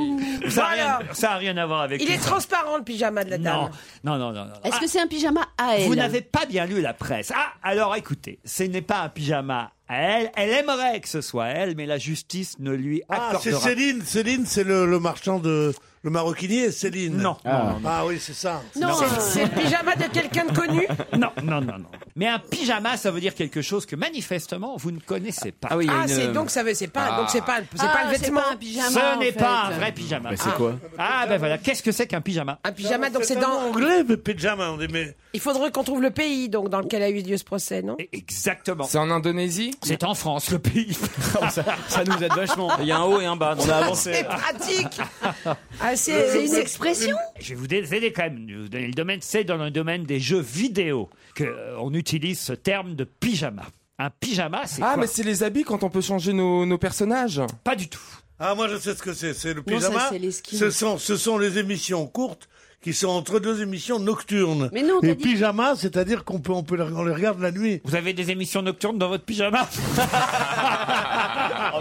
Ça n'a Voilà. rien, ça a rien à voir avec Il tout est ça. transparent le pyjama de la dame. Non, non, non, non. non. Est-ce que c'est un pyjama à elle Vous n'avez pas bien lu la presse. Ah, alors écoutez, ce n'est pas un pyjama à elle. Elle aimerait que ce soit elle, mais la justice ne lui Ah, c'est accordera Céline, Céline, c'est le, le marchand de. Le maroquinier, Céline. Non. Ah, non, non. Ah oui, c'est ça. Non, c'est- c'est le pyjama de quelqu'un de connu. Non, non, non, non. Mais un pyjama, ça veut dire quelque chose que manifestement vous ne connaissez pas. Ah oui, il y a Ah, une- c'est donc ça veut, c'est pas, Ah. donc c'est pas, c'est Ah, pas le c'est vêtement. pas un pyjama, Ce en n'est fait. pas un vrai pyjama. Mais c'est Ah. quoi Ah ben voilà, qu'est-ce que c'est qu'un pyjama Un pyjama, donc c'est tellement dans. anglais, mais pyjama, on dit, mais. Il faudrait qu'on trouve le pays donc dans lequel a eu lieu ce procès, non Exactement. C'est en Indonésie C'est en France, le pays. ça, nous aide vachement. Il y a un haut et un bas. donc On a avancé. C'est pratique. Ah, c'est Le- c'est une le- expression Je vais vous aider quand même. Je vais vous donner le domaine. C'est dans le domaine des jeux vidéo qu'on utilise ce terme de pyjama. Un pyjama, c'est Ah, quoi mais c'est les habits quand on peut changer nos, nos personnages Pas du tout. Ah, moi, je sais ce que c'est. C'est le Non, ça, pyjama. c'est les skis. ce, sont, ce sont les émissions courtes qui sont entre deux émissions nocturnes. Mais non, t'as Et dit- pyjama, c'est-à-dire qu'on peut, on peut, les- on les regarde la nuit. Vous avez des émissions nocturnes dans votre pyjama Ah.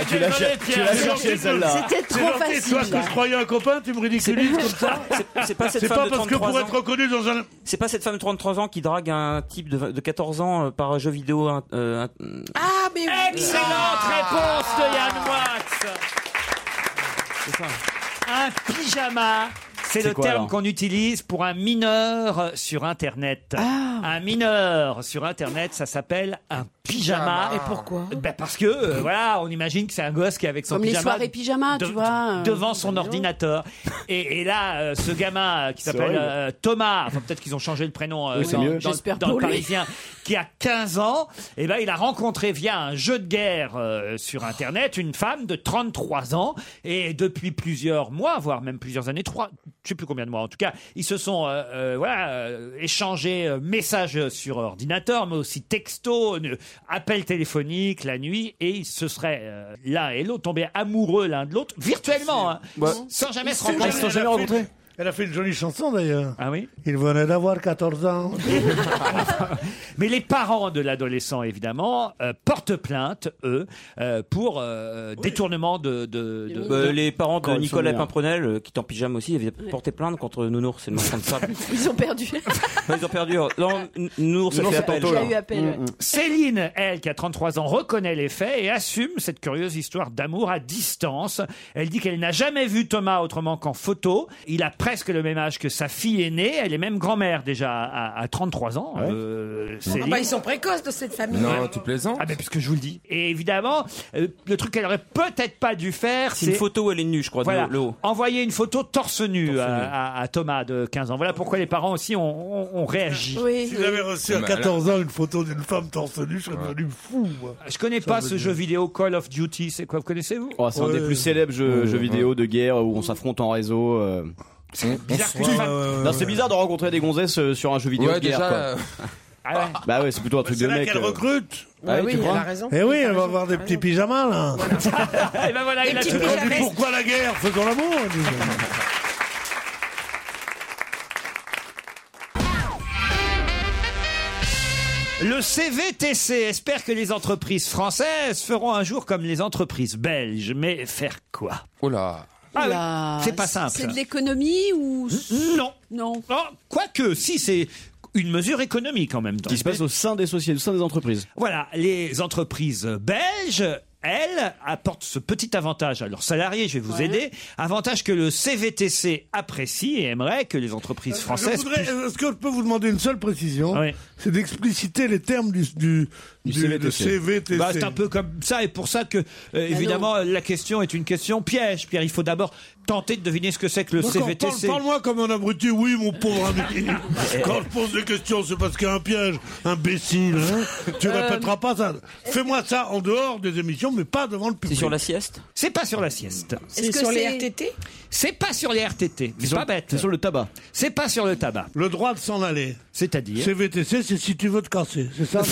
Ah, tu l'as Désolé, cher- tu Pierre, l'as c'est cherché, gentil, celle-là. c'est- C'était c'est trop gentil, facile, Toi, que là. je croyais un copain, tu me ridiculises comme ça. C'est- C'est pas cette C'est femme pas de parce que 33 pour ans. être reconnu dans un. C'est pas cette femme de 33 ans qui drague un type de, de 14 ans euh, par jeu vidéo. hein, euh, un- Ah, mais oui. Excellente réponse de Yann Wax. Un pyjama. C'est C'est le quoi, terme alors qu'on utilise pour un mineur euh, sur Internet. Un mineur sur Internet, ça s'appelle un pyjama. Et pourquoi Ben parce que euh, voilà, on imagine que c'est un gosse qui est avec son Comme les pyjama. soirées pyjama, de- tu vois. euh. devant son ordinateur. Et, et là, euh, ce gamin euh, qui s'appelle horrible. euh, Thomas, enfin, peut-être qu'ils ont changé le prénom euh, Oui, c'est dans, mieux. dans- J'espère dans pour le lui. Parisien, qui a 15 ans, et ben, il a rencontré via un jeu de guerre euh, sur Internet une femme de 33 ans. Et depuis plusieurs mois, voire même plusieurs années, trois, je sais plus combien de mois en tout cas, ils se sont euh, euh, voilà, euh, échangés euh, messages sur ordinateur, mais aussi textos, euh, appels téléphoniques la nuit, et ils se seraient euh, l'un et l'autre tombés amoureux l'un de l'autre, virtuellement, hein, Ouais. sans jamais se Bah, Ils rencontrer. se sont jamais rencontrés. Elle a fait une jolie chanson d'ailleurs. Ah oui Il venait d'avoir 14 ans. Mais les parents de l'adolescent, évidemment, euh, portent plainte, eux, euh, pour euh, détournement de... de, de- Bah, de- les parents de Quand ils Nicolas sont mineurs. Pimprenel, euh, qui est en pyjama aussi, avaient porté plainte contre Nounours, c'est le moment de ça. Ils ont perdu. Ouais, Ils ont perdu. Non, N- Nounours a Nounours fait a appel. Mm, tantôt, là. Il y a eu appel, ouais. Mm, Céline, elle, qui a 33 ans, reconnaît les faits et assume cette curieuse histoire d'amour à distance. Elle dit qu'elle n'a jamais vu Thomas autrement qu'en photo. Il a presque le même âge que sa fille aînée. Elle est même grand-mère déjà à, à 33 ans. euh, Ah Céline. bah, ils sont précoces de cette famille. tu plaisantes. Ah, mais puisque je vous le dis. Et évidemment, euh, le truc qu'elle aurait peut-être pas dû faire, C'est une photo où elle est nue, je crois, de Voilà. le- le haut. Envoyer une photo torse nu, à, à- à Thomas de 15 ans. Voilà pourquoi les parents aussi ont, ont- ont réagi. si j'avais reçu à 14 ans une photo d'une femme torse nue, je serais devenu fou. Moi. Je connais Ça pas veut ce dire. jeu vidéo Call of Duty. C'est quoi Vous connaissez vous Oh, c'est un des plus célèbres jeux, jeux vidéo de guerre où on s'affronte en réseau. euh. On- on bizarre se qu'une tue. femme- Ouais, ouais, ouais, Non, c'est bizarre de rencontrer des gonzesses euh, sur un jeu vidéo Ouais, de guerre. déjà, quoi. Ah, euh, Bah ouais, c'est plutôt un truc C'est de là mec. qu'elle euh. recrute. Bah oui, tu crois Eh oui, elle va avoir des petits pyjamas là. Et ben voilà, Et il a puis tout compris. pourquoi la guerre Faisons l'amour. Le CVTC espère que les entreprises françaises feront un jour comme les entreprises belges. Mais faire quoi Ah Oh là Oula. c'est pas simple. C'est de l'économie ou Non. Non. Quoique, si c'est une mesure économique en même temps. Qui se passe au sein des sociétés, au sein des entreprises. Voilà, les entreprises belges, elles, apportent ce petit avantage à leurs salariés, je vais vous aider, avantage que le CVTC apprécie et aimerait que les entreprises Euh, Je françaises... voudrais, puissent- est-ce que je peux vous demander une seule précision Ah Oui. C'est d'expliciter les termes du, du, du- de CVTC. Bah, c'est un peu comme ça, et pour ça que, euh, Ah évidemment, la question est une question piège. Pierre, il faut d'abord tenter de deviner ce que c'est que le D'accord, CVTC. parle- Parle-moi comme un abruti, oui, mon pauvre ami. Eh, Quand je pose des questions, c'est parce qu'il y a un piège, imbécile. hein. tu Euh, répéteras pas ça. Fais-moi ça en dehors des émissions, mais pas devant le public. C'est sur la sieste C'est pas sur la sieste. C'est sur les RTT C'est pas sur les RTT. C'est pas bête. C'est sur le tabac. C'est pas sur le tabac. Le droit de s'en aller. C'est-à-dire CVTC, c'est si tu veux te casser, c'est ça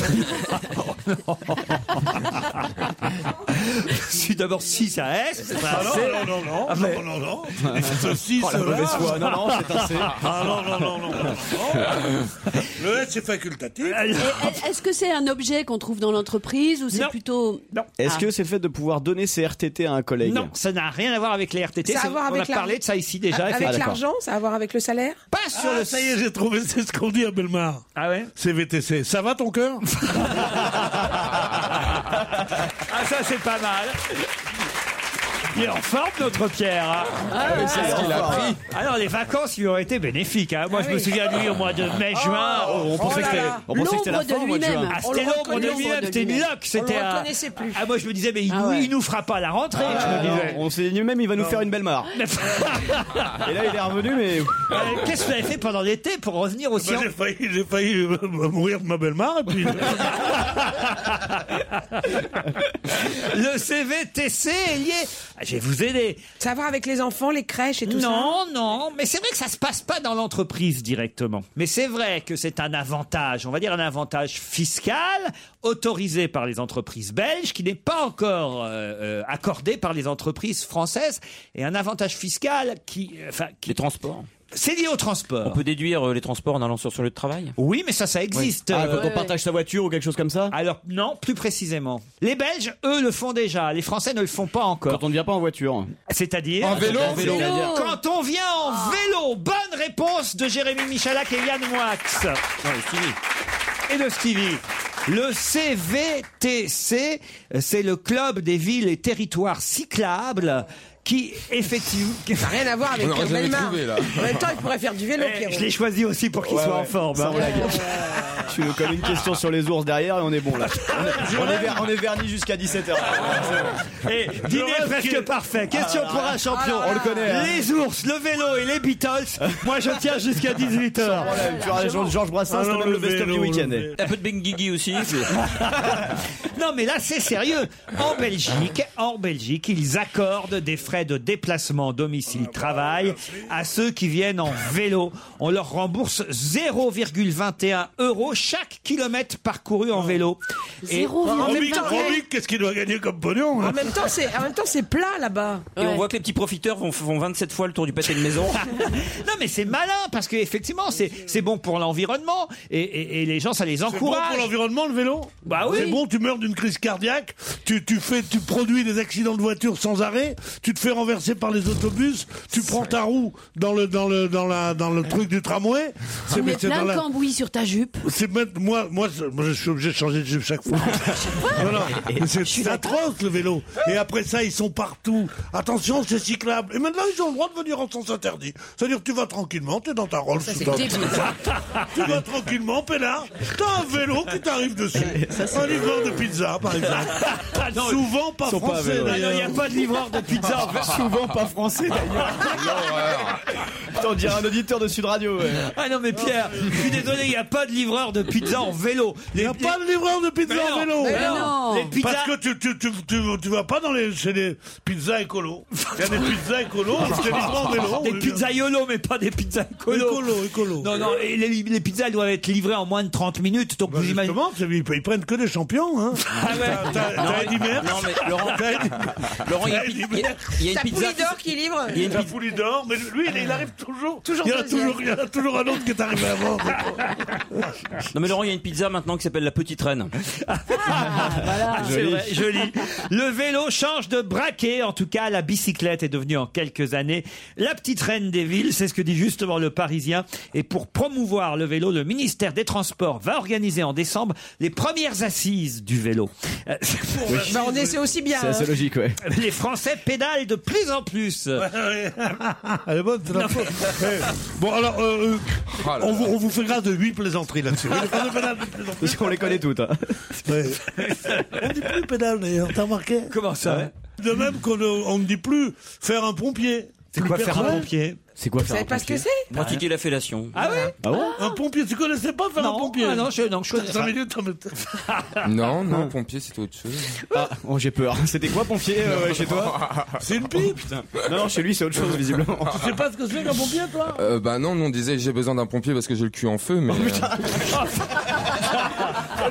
Je suis d'abord 6 à S. Ah non, non, non, non, Ah, mais- non, non, non. Et Ceci, Oh, la cela. mauvaise foi. Non, non, c'est un C. Ah non, non, non, non. non, non. Le S, c'est facultatif. Et est- Est-ce que c'est un objet qu'on trouve dans l'entreprise ou c'est plutôt. Est-ce Ah. que c'est le fait de pouvoir donner ses RTT à un collègue Non, ça n'a rien à voir avec les RTT. Ça a à c'est- voir on a avec la- parlé de ça ici déjà. A- effectivement. Avec l'argent, ça a à voir avec le salaire Pas sur le... Ah, Ça y est, j'ai trouvé, c'est ce qu'on dit à Belmar. Ah ouais CVTC. Ça va ton cœur Ah ça c'est pas mal. Il est en forme, notre Pierre. hein. Ah, mais c'est ce qu'il a pris. Alors, ah. les vacances lui ont été bénéfiques. hein. Moi, Ah je me oui. souviens de lui au mois de mai, juin. Oh, on pensait oh là que c'était- là. on pensait que c'était la L'ombre de fin au mois de lui-même. juin. Ah, On c'était le l'ombre de reconnaît. lui-même. L'ombre de C'était une lui-même. loque. On le C'était un- reconnaissait plus. Ah, moi, je me disais, mais il, nous, il nous fera pas à la rentrée. Ah, je me non, disais. on s'est dit même, il va nous faire une belle marre. Et là, il est revenu, mais. Euh, Qu'est-ce que vous avez fait pendant l'été pour revenir Eh ben, aussi J'ai failli, j'ai failli euh, mourir de ma belle-mère et puis. euh, Le CVTC est lié. Ah, Je vais vous aider. Savoir avec les enfants, les crèches et tout ça. Non, non, mais c'est vrai que ça se passe pas dans l'entreprise directement. Mais c'est vrai que c'est un avantage, on va dire un avantage fiscal autorisé par les entreprises belges qui n'est pas encore euh, euh, accordé par les entreprises françaises et un avantage fiscal qui, euh, enfin, qui- Les transports. c'est lié au transport. On peut déduire euh, les transports en allant sur son lieu de travail Oui, mais ça, ça existe. Ah, quand on partage sa voiture ou quelque chose comme ça Alors, non, plus précisément. Les Belges, eux, le font déjà. Les Français ne le font pas encore. Quand on ne vient pas en voiture. C'est-à-dire En vélo En vélo. Ah. C'est-à-dire- Ah, Quand on vient en vélo Bonne réponse de Jérémy Michalak et Yann Moix. Et de Stevie. Le CVTC, c'est le club des villes et territoires cyclables qui, effectivement... Ça n'a rien à voir avec Pierre Bellemare. En même temps, il pourrait faire du vélo, Pierre. Eh, Je l'ai choisi aussi pour qu'il Ouais, soit ouais. en forme. Sans hein. blague. Tu nous colles une question sur les ours derrière et on est bon là. On est, ver- on est verni jusqu'à 17h. Et dîner presque parfait. Question pour un champion. Ah. On le connaît. hein. Les ours, le vélo et les Beatles. Moi, je tiens jusqu'à 18h. problème. Oh Tu auras les gens de Georges Brassens, Alors, t'as même le best-of du week-end. Un peu de Benguigui aussi. Non, mais là, c'est sérieux. En Belgique, en Belgique, ils accordent des frais de déplacement, Ah domicile, bah, travail à ceux qui viennent en vélo. On leur rembourse 0,21 euros chaque kilomètre parcouru Ah. en vélo. Et- Robic, Robic, qu'est-ce qu'il doit gagner comme pognon hein là En même temps, c'est en même temps c'est plat là-bas. Et on voit que les petits profiteurs vont, font 27 fois le tour du pâté de maison. non mais c'est malin parce que effectivement c'est c'est bon pour l'environnement et, et- et les gens ça les C'est bon encourage. pour l'environnement le vélo Bah oui. C'est bon, tu meurs d'une crise cardiaque, tu, tu, fais, tu produis des accidents de voiture sans arrêt, tu te fais renverser par les autobus, tu prends ta roue dans le, dans le, dans la, dans le truc du tramway. Tu mets mais c'est Ah, plein dans de la- cambouis sur ta jupe. C'est même- moi, moi, je- moi, je suis obligé de changer de jupe chaque fois. non, non, mais c'est- c'est atroce le vélo. Et après ça, ils sont partout. Attention, c'est cyclable. Et maintenant, ils ont le droit de venir en sens interdit. C'est-à-dire, que tu vas tranquillement, t'es dans ta Rolls. Ça, sous c'est ta- débile. tu vas tranquillement, peinard. T'as un vélo qui t'arrive dessus. un livreur de pizza, par exemple. Ah non, Souvent pas ils sont pas à français. vélo. d'ailleurs. Ah non, y a pas de livreur de pizza. Souvent pas français d'ailleurs. Putain, on dirait un auditeur de Sud Radio. ouais. Ah non mais Pierre, je suis désolé, il n'y a pas de livreur de pizza en vélo. Il n'y a pas de livreur de pizza en vélo. Les pizzas... Parce que tu, tu, tu, tu, tu vas pas dans les, chez les pizzas écolo. Il y a des pizzas écolo, c'est des livreurs en vélo. Des pizzas yolo, mais pas des pizzas écolo. Écolo, écolo. Non, non, et les, les pizzas elles doivent être livrées en moins de 30 minutes, donc vous imaginez. Comment Bah, Ils ils prennent que des champions. Hein. Ah ouais. T'as Non, t'as Eddy Merckx non, mais Laurent- T'as Eddy- Laurent, il y a- T'as Eddy il y a- Merckx. il y a une T'as pizza. Poulidor qui livre. Il y a une T'as pizza- Poulidor, mais lui, il, il arrive toujours. Toujours il, y en a deuxième. toujours il y en a toujours un autre qui est arrivé avant. Non mais Laurent, il y a une pizza maintenant qui s'appelle la Petite Reine. Ah, c'est vrai, joli. Le vélo change de braquet. En tout cas, la bicyclette est devenue en quelques années la petite reine des villes. C'est ce que dit justement le Parisien. Et pour promouvoir le vélo, le ministère des Transports va organiser en décembre les premières assises du vélo. Euh, Bah, on essaie aussi bien. hein. C'est assez logique, ouais. les Français pédalent de plus en plus. Elle est bonne, c'est la faute. Eh, Bon, alors, euh, euh, Oh on, vous, on vous fait grâce de 8 plaisanteries là-dessus. On est pas de plus en plus. Parce qu'on les connaît toutes. hein. Ouais. On dit plus pédale d'ailleurs, t'as remarqué Euh, Comment ça hein De même qu'on ne on ne dit plus faire un pompier. C'est quoi faire un pompier C'est quoi Vous faire savez un pas ce que pompier c'est Pratiquer la fellation. Ah ouais Ah bon Un pompier, tu connaissais pas faire un Non, pompier ah non, je, non, je connais Cinq pas. minutes, t'en mets- Non, non, pompier, c'était autre chose. Ah, oh, j'ai peur. C'était quoi pompier euh, ouais, chez toi Oh, C'est une pipe Non, non, chez lui c'est autre chose visiblement. Tu sais pas ce que c'est qu'un pompier, toi Euh, bah non, nous on disait j'ai besoin d'un pompier parce que j'ai le cul en feu, Oh, mais. euh,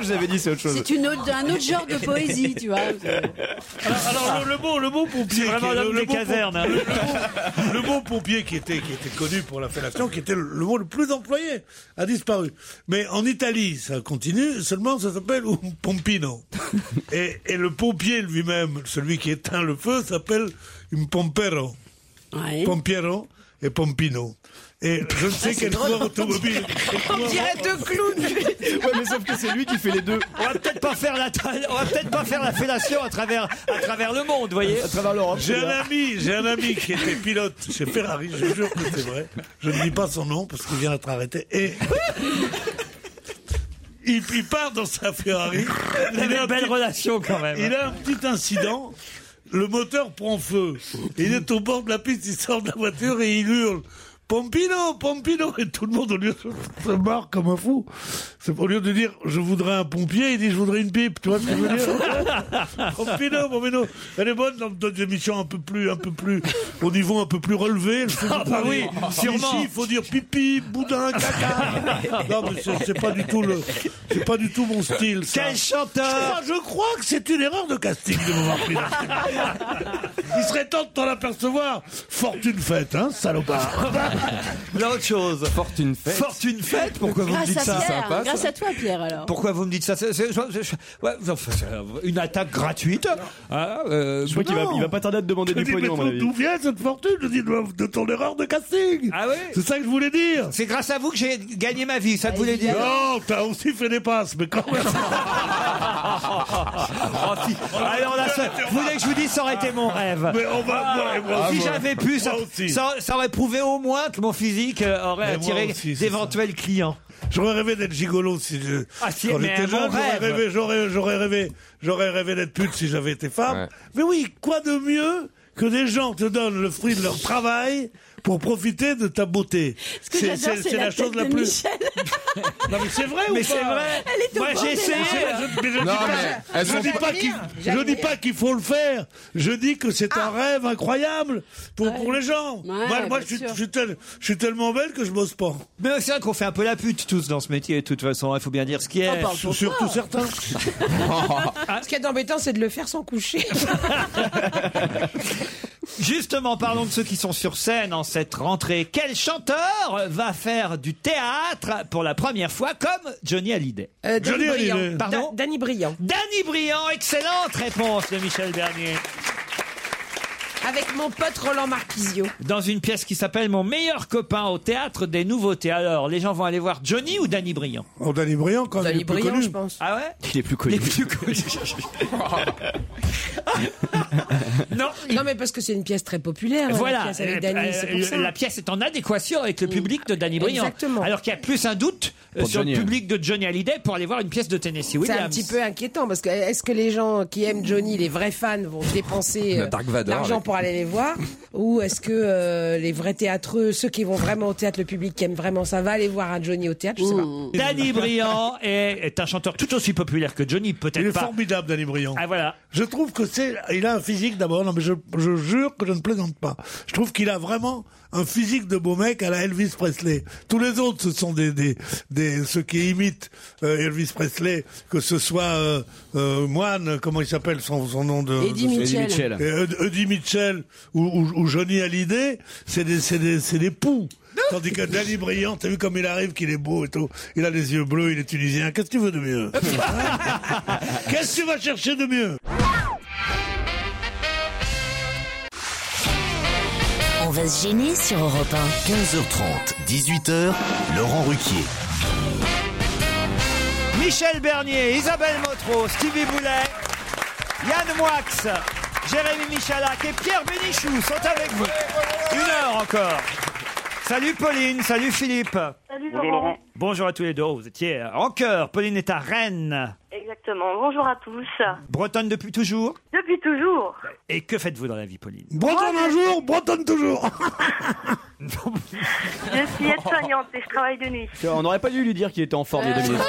Je vous avais Oh, dit c'est autre chose. C'est une autre, un autre genre de poésie, tu vois. Alors, alors, le, le mot, le mot pompier. C'est vraiment qui est- l'homme le des mot pompier- casernes. hein. Le mot pompier qui était, qui était connu pour la fellation, qui était le, le mot le plus employé, a disparu. Mais en Italie, ça continue, seulement ça s'appelle un pompino. Et, et le pompier lui-même, celui qui éteint le feu, s'appelle un pompero. Ouais. Pompiero et Pompino. Et Ah, je ne sais quel joueur automobile. On dirait deux clowns. ouais, mais sauf que c'est lui qui fait les deux. On va peut-être pas faire la, tra- on va peut-être pas faire la fellation à travers, à travers le monde, vous voyez. À travers l'Europe. J'ai un ami, j'ai un ami qui était pilote chez Ferrari, je jure que c'est vrai. Je ne dis pas son nom parce qu'il vient d'être arrêté. Et il, il part dans sa Ferrari. Vous avez une belle relation quand même. Il a un petit incident. Le moteur prend feu. Il est au bord de la piste, il sort de la voiture et il hurle. Pompino, Pompino Et tout le monde, au lieu de se marre comme un fou, c'est au lieu de dire je voudrais un pompier, il dit je voudrais une pipe. Tu vois ce que je veux dire Pompino, Pompino. Elle est bonne dans d'autres émissions un peu plus, un peu plus, au niveau un peu plus relevé. Elle fait Ah bah des- oui, des- sûrement. Ici, il faut dire pipi, boudin, caca. non, mais c'est- c'est pas du tout le, c'est pas du tout mon style. ça. Quel chanteur Je crois, je crois que c'est une erreur de casting de m'avoir pris là. Il serait temps de t'en apercevoir. Fortune faite, hein, salopard. Là, autre chose. Fortune fête. Fortune fête Pourquoi vous me Grâce dites ça à Pierre, grâce à toi Pierre alors. Pourquoi vous me dites ça C'est- c'est- je- je- ouais, enfin, c'est Une attaque gratuite Hein, euh, Je crois qu'il va, il va pas tarder à te demander Je du dis, mais pognon, à mon d'où avis. vient cette fortune Je dis, de, de ton erreur de casting. Ah ouais C'est ça que je voulais dire. C'est grâce à vous que j'ai gagné ma vie, ça que vous voulez dire Non, t'as aussi fait des passes, mais quand même. Oh, si. Alors là, ça- vous voulez que je vous dise, ça aurait été mon rêve. Mais on va- moi- moi- si moi- j'avais pu, ça, moi aussi. ça, ça aurait prouvé au moins que mon physique euh, aurait Mais moi attiré aussi, c'est d'éventuels clients. J'aurais rêvé d'être gigolo si je. Ah, si, quand mais j'étais un jeune, bon j'aurais rêve. rêvé, j'aurais, j'aurais rêvé, j'aurais rêvé d'être pute si j'avais été femme. Mais oui, quoi de mieux que des gens te donnent le fruit de leur travail pour profiter de ta beauté. que j'adore, c'est la tête de non mais c'est vrai ou Mais pas c'est vrai. Elle est au Moi, bord j'ai des essayé. Je- mais je Non, dis pas- mais elles je sont dis pas- pas qu'il- je dis pas qu'il faut le faire. Je dis que c'est un rêve incroyable pour, pour les gens. moi, moi, Ah. bien je, suis, sûr. je suis tel- je suis tellement belle que je bosse pas. Mais c'est vrai qu'on fait un peu la pute tous dans ce métier, de toute façon, il faut bien dire ce qui est. Surtout certains. Ah. Ce qui est embêtant, c'est de le faire sans coucher. Ah, Justement, parlons de ceux qui sont sur scène en cette rentrée. Quel chanteur va faire du théâtre pour la première fois comme Johnny Hallyday Euh, Danny Johnny Briand. Hallyday. Pardon Da- Danny Briand. Danny Briand, excellente réponse de Michel Bernier. Avec mon pote Roland Marquisio. Dans une pièce qui s'appelle Mon meilleur copain au théâtre des nouveautés. Alors, les gens vont aller voir Johnny ou Danny Briand Oh, Danny Briand, quand même, il Danny est plus Briand, connu. je pense. Ah ouais Il est plus connu. Oh. Non, Non, mais parce que c'est une pièce très populaire. hein, Voilà, La pièce avec euh, Danny, euh, c'est pour le- ça. Mm. la pièce est en adéquation avec le public de Danny Briand. Exactement. Alors qu'il y a plus un doute euh, Pour sur Johnny, le hein. public de Johnny Hallyday pour aller voir une pièce de Tennessee C'est Williams. un petit peu inquiétant parce que est-ce que les gens qui aiment Johnny, les vrais fans, vont dépenser Le euh, Dark Vador, l'argent avec- pour aller les voir Ou est-ce que euh, les vrais théâtreux, ceux qui vont vraiment au théâtre, le public qui aime vraiment ça, va aller voir un Johnny au théâtre Je sais pas. Danny Briand est, est un chanteur tout aussi populaire que Johnny, Il peut-être est pas. formidable, Danny Briand. Ah voilà. Je trouve que c'est, il a un physique d'abord. Non, mais je, je jure que je ne plaisante pas. Je trouve qu'il a vraiment un physique de beau mec à la Elvis Presley. Tous les autres, ce sont des, des, des ceux qui imitent euh, Elvis Presley, que ce soit euh, euh, Moine, comment il s'appelle son, son nom de. Eddie de- Mitchell. Et Ed- Eddie Mitchell ou, ou, ou Johnny Hallyday, c'est des, c'est des, c'est des poux. Tandis que Danny Briand, t'as vu comme il arrive, qu'il est beau et tout. Il a les yeux bleus, il est tunisien. Qu'est-ce que tu veux de mieux Hein? Qu'est-ce que tu vas chercher de mieux On va se gêner sur Europe 15h30, 18h, Laurent Ruquier. Michel Bernier, Isabelle Motro, Stevie Boulet, Yann Moix, Jérémy Michalak et Pierre Bénichou sont avec vous. Une heure encore. Salut Pauline, salut Philippe. Salut Bonjour Laurent. Bonjour à tous les deux. Vous étiez en cœur. Pauline est à Rennes, Exactement. Bonjour à tous. bretonne depuis toujours. Depuis toujours, Et que faites-vous dans la vie, Pauline Bretonne un jour, bretonne toujours je suis aide-soignante et je travaille de nuit. On n'aurait pas dû lui dire qu'il était en forme il y a deux minutes.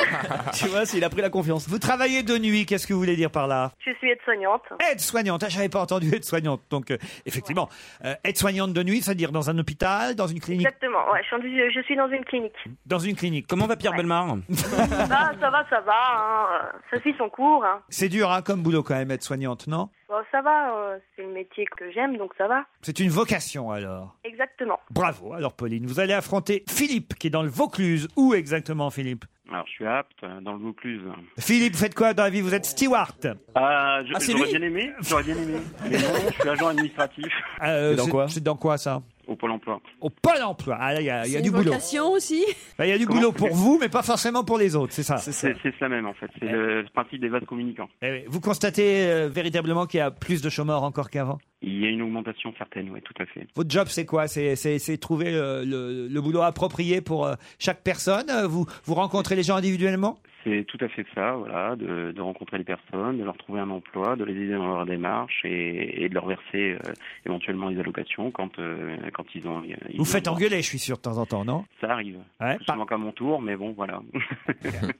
tu vois, s'il a pris la confiance. Vous travaillez de nuit, qu'est-ce que vous voulez dire par là Je suis aide-soignante. Aide-soignante, ah, j'avais pas entendu aide-soignante. Donc, euh, effectivement, euh, aide-soignante de nuit, c'est-à-dire dans un hôpital, dans une clinique Exactement. Ouais, je, suis en- je suis dans une clinique. Dans une clinique. Comment va Pierre Belmar Bah, ça va, ça va. hein. Ça suit son cours. hein. C'est dur, hein, comme boulot quand même, aide-soignante, non Bon, ça va. euh, C'est le métier que j'aime, donc ça va. C'est une vocation alors. Exactement. Bravo, alors Pauline, vous allez affronter Philippe qui est dans le Vaucluse. Où exactement, Philippe Alors, je suis apte euh, dans le Vaucluse. Philippe, faites quoi dans la vie Vous êtes steward. Ah, je- Ah, c'est j'aurais lui bien aimé, j'aurais bien aimé. Mais non, je suis agent administratif. Euh, C'est dans quoi C'est dans quoi ça au Pôle emploi. Au Pôle emploi. Ah, là, il y a, il y a C'est du une boulot. vocation aussi. Là, Bah, Il y a du Comment boulot tu pour fais vous, mais pas forcément pour les autres, c'est ça C'est c'est cela même en fait, c'est le le principe des vases communicants. Eh oui. Vous constatez euh, véritablement qu'il y a plus de chômeurs encore qu'avant Il y a une augmentation certaine, oui, tout à fait. Votre job, c'est quoi C'est- C'est c'est trouver euh, le, le boulot approprié pour euh, chaque personne Euh, vous, vous rencontrez les gens individuellement C'est tout à fait ça, voilà, de, de rencontrer les personnes, de leur trouver un emploi, de les aider dans leur démarche et, et de leur verser euh, éventuellement les allocations quand, euh, quand ils ont. ils Vous ont- faites engueuler, je suis sûr, de temps en temps, non Ça arrive. Ouais, Je manque à mon tour, mais bon, voilà.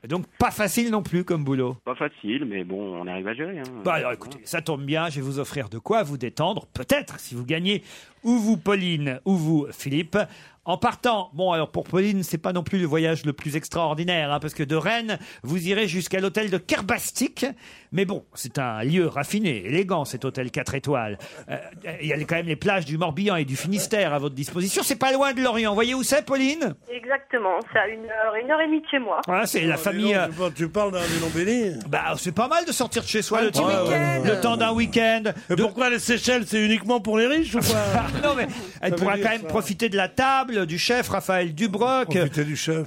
Donc, pas facile non plus comme boulot. Pas facile, mais bon, on arrive à gérer. hein. Bah alors écoutez, ça tombe bien, je vais vous offrir de quoi vous détendre, peut-être, si vous gagnez, ou vous Pauline, ou vous Philippe. En partant, bon alors pour Pauline, c'est pas non plus le voyage le plus extraordinaire, hein, parce que de Rennes, vous irez jusqu'à l'hôtel de Kerbastik. Mais bon, c'est un lieu raffiné, élégant cet hôtel 4 étoiles. Euh, Il y a quand même les plages du Morbihan et du Finistère à votre disposition. C'est pas loin de Lorient, voyez où c'est Pauline Exactement, c'est à une heure, une heure et demie de chez moi. Ah, c'est la famille. tu parles d'un Bah, c'est pas mal de sortir de chez soi le, temps- le temps d'un week-end. Et pourquoi les Seychelles, c'est uniquement pour les riches ou quoi Non, mais elle veut pourra dire quand même ça. profiter de la table, du chef Raphaël Dubroc,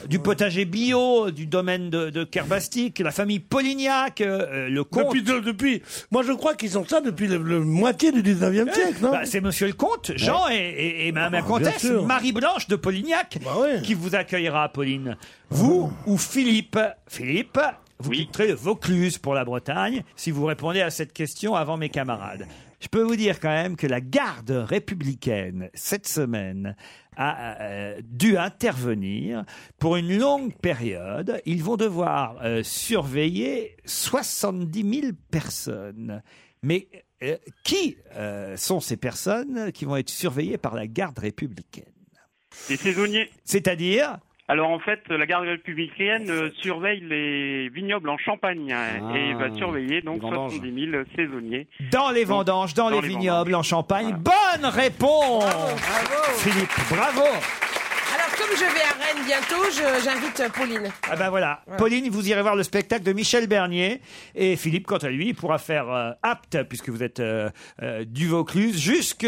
du, potager bio, du domaine de, de Kerbastik, la famille Polignac, euh, euh, le comte. Depuis, de- depuis, moi je crois qu'ils ont ça depuis le, le moitié du 19e siècle, non Bah, c'est Monsieur le Comte, Jean Ouais. et, et, et Madame la Ah, Comtesse, bien sûr. Marie-Blanche de Polignac, qui vous accueillera, Pauline. Vous ou Philippe Philippe, vous quitterez le Vaucluse pour la Bretagne si vous répondez à cette question avant mes camarades. Je peux vous dire quand même que la garde républicaine, cette semaine, a euh, dû intervenir pour une longue période. Ils vont devoir euh, surveiller 70 000 personnes. Mais euh, qui euh, sont ces personnes qui vont être surveillées par la garde républicaine Les saisonniers. C'est-à-dire Alors en fait, la garde républicaine euh, surveille les vignobles en Champagne hein, et va surveiller donc 70 000 saisonniers. Ah, dans les Donc, vendanges, dans, les, vignobles, en Champagne. Bonne réponse Philippe, bravo Alors, comme je vais à Rennes bientôt, je- j'invite euh, Pauline. Ah ben voilà, Pauline, vous irez voir le spectacle de Michel Bernier et Philippe, quant à lui, il pourra faire euh, apte, puisque vous êtes euh, euh, du Vaucluse, jusqu'à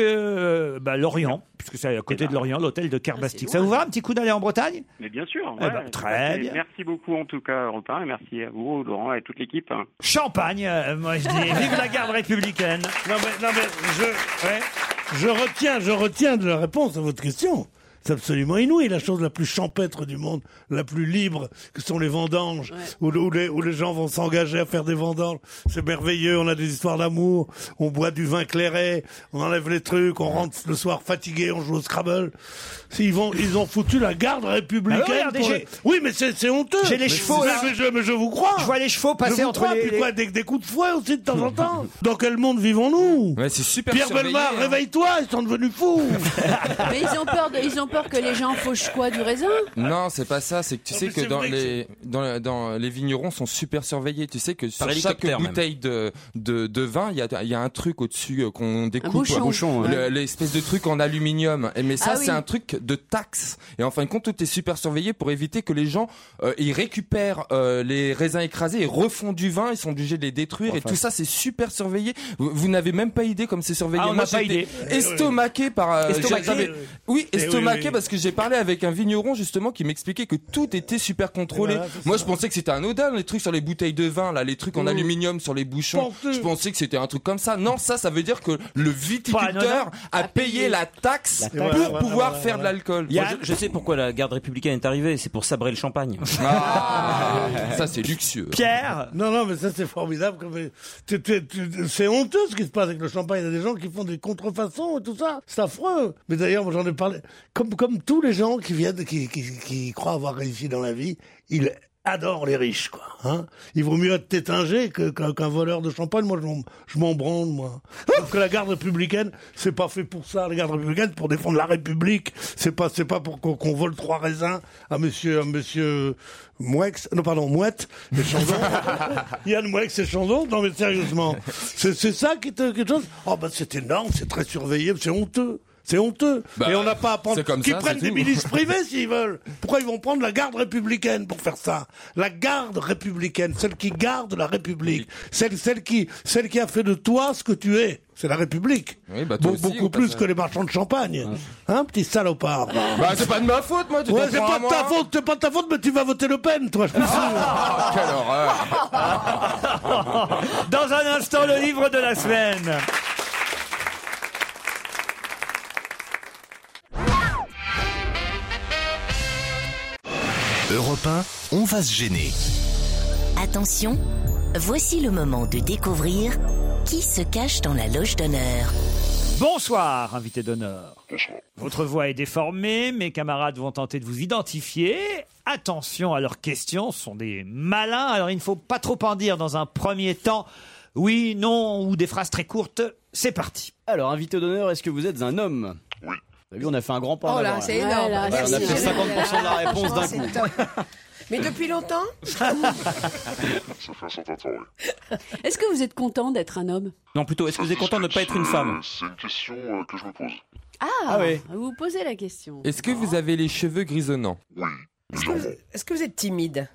Lorient, puisque c'est à côté de Lorient, l'hôtel de Carbastique. Ça vous va un petit coup d'aller en Bretagne Mais bien sûr. Eh ouais, ben, tout très à fait. bien. Merci beaucoup en tout cas, Europe 1, et merci à vous, Laurent, et toute l'équipe. hein. Champagne, euh, moi je dis, vive la garde républicaine. Non mais, non mais je, je retiens, je retiens de la réponse à votre question. C'est absolument inouï, la chose la plus champêtre du monde, la plus libre, que sont les vendanges, où, où les, où les gens vont s'engager à faire des vendanges. C'est merveilleux, on a des histoires d'amour, on boit du vin clairet, on enlève les trucs, on rentre le soir fatigué, on joue au Scrabble. Ils, vont, ils ont foutu la garde républicaine. Ah oui, regardez, pour j'ai- les- Oui, mais c'est c'est honteux. J'ai les Mais chevaux, c'est- là. mais je, mais je vous crois. Je vois les chevaux passer Je vous entre crois, les- puis les- quoi, des, des coups de fouet aussi de temps en temps. Dans quel monde vivons-nous c'est super Pierre surveillé, Belmar, hein. réveille-toi, ils sont devenus fous. Mais ils ont peur, de- ils ont peur que les gens fauchent quoi du raisin. Non, c'est pas ça. C'est que tu sais mais que c'est dans vrai que les dans, la- dans les vignerons sont super surveillés. Tu sais que sur chaque hélicoptère, même. bouteille de, de de vin, il y a il y a un truc au-dessus euh, qu'on découpe, bouchon. euh, Un bouchon, ouais. le- l'espèce de truc en aluminium. Et mais ça, Ah c'est oui. un truc de taxe. Et en fin de compte, tout est super surveillé pour éviter que les gens euh, ils récupèrent euh, les raisins écrasés et refont du vin. Ils sont obligés de les détruire. et tout ça, c'est super surveillé. Vous, vous n'avez même pas idée comme c'est surveillé. Ah, on Moi, n'a pas j'étais idée. Estomaqué par euh, Estomaqué. j'avais- Oui, Eh oui, oui, estomaqué oui. parce que j'ai parlé avec un vigneron justement qui m'expliquait que tout était super Eh contrôlé. ben, Voilà, c'est Moi, je pensais que c'était un odin, les trucs sur les bouteilles de vin, là, les trucs en Mm. Ouh. aluminium sur les bouchons. Pensez. Je pensais que c'était un truc comme ça. Non, ça, ça veut dire que le viticulteur a payé la taxe La taxe. pour Voilà, voilà, pouvoir voilà, faire de l'alcool. Moi, je, je sais pourquoi la garde républicaine est arrivée, c'est pour sabrer le champagne. Ah. ça c'est luxueux. Pierre Non, non, mais ça c'est formidable. comme- tu- tu- tu- C'est honteux ce qui se passe avec le champagne. Il y a des gens qui font des contrefaçons et tout ça. C'est affreux. Mais d'ailleurs, moi j'en ai parlé. Comme, comme tous les gens qui viennent, qui, qui, qui croient avoir réussi dans la vie, ils adorent les riches, quoi. Hein Il vaut mieux être tétingé que- que- qu'un voleur de champagne. Moi, je m'en- je m'en branle, moi. Parce que la garde républicaine, c'est pas fait pour ça. La garde républicaine, c'est pour défendre la République. C'est pas, c'est pas pour qu'on qu'on vole trois raisins à monsieur, à monsieur Mouex. Non, pardon, Mouette. Et Chandon. Yann Moix et Chandon. Non, mais sérieusement. C'est, c'est ça qui est euh, quelque chose. Oh, bah, c'est énorme, c'est très surveillé, c'est honteux. C'est C'est honteux. Bah, Et on n'a pas à prendre. c'est comme Qu'ils ça, prennent c'est des tout. milices privées s'ils veulent. Pourquoi ils vont prendre la garde républicaine pour faire ça La garde républicaine, celle qui garde la République, celle, celle qui, celle qui a fait de toi ce que tu es. C'est la République. Oui, bah, toi Be- aussi, beaucoup au plus passage. que les marchands de champagne. Hein, petit salopard. Bah, c'est pas de ma faute, moi, tu Ouais, t'en c'est prends à pas de moi, ta hein. faute, c'est pas de ta faute, mais tu vas voter Le Pen, toi, je suis sûr. Quelle euh, horreur Dans un instant, le livre de la semaine. Europe 1, on va se gêner. Attention, voici le moment de découvrir qui se cache dans la loge d'honneur. Bonsoir, invité d'honneur. Votre voix est déformée, mes camarades vont tenter de vous identifier. Attention à leurs questions, ce sont des malins, alors il ne faut pas trop en dire dans un premier temps. Oui, non, ou des phrases très courtes. C'est parti. Alors, invité d'honneur, est-ce que vous êtes un homme Oui. T'as vu, on a fait un grand pas. en Oh là, avant, c'est énorme. Voilà, on a Merci. fait 50% de la réponse d'un Franchement, coup. c'est top. Mais depuis longtemps Ça fait un certain temps, oui. Est-ce que vous êtes content d'être un homme Non, plutôt, est-ce que vous êtes content de ne pas être une femme Euh, C'est une question euh, que je me pose. Ah, Ah ouais. Vous posez la question. Est-ce que vous avez les cheveux grisonnants Est-ce que, vous, est-ce que vous êtes timide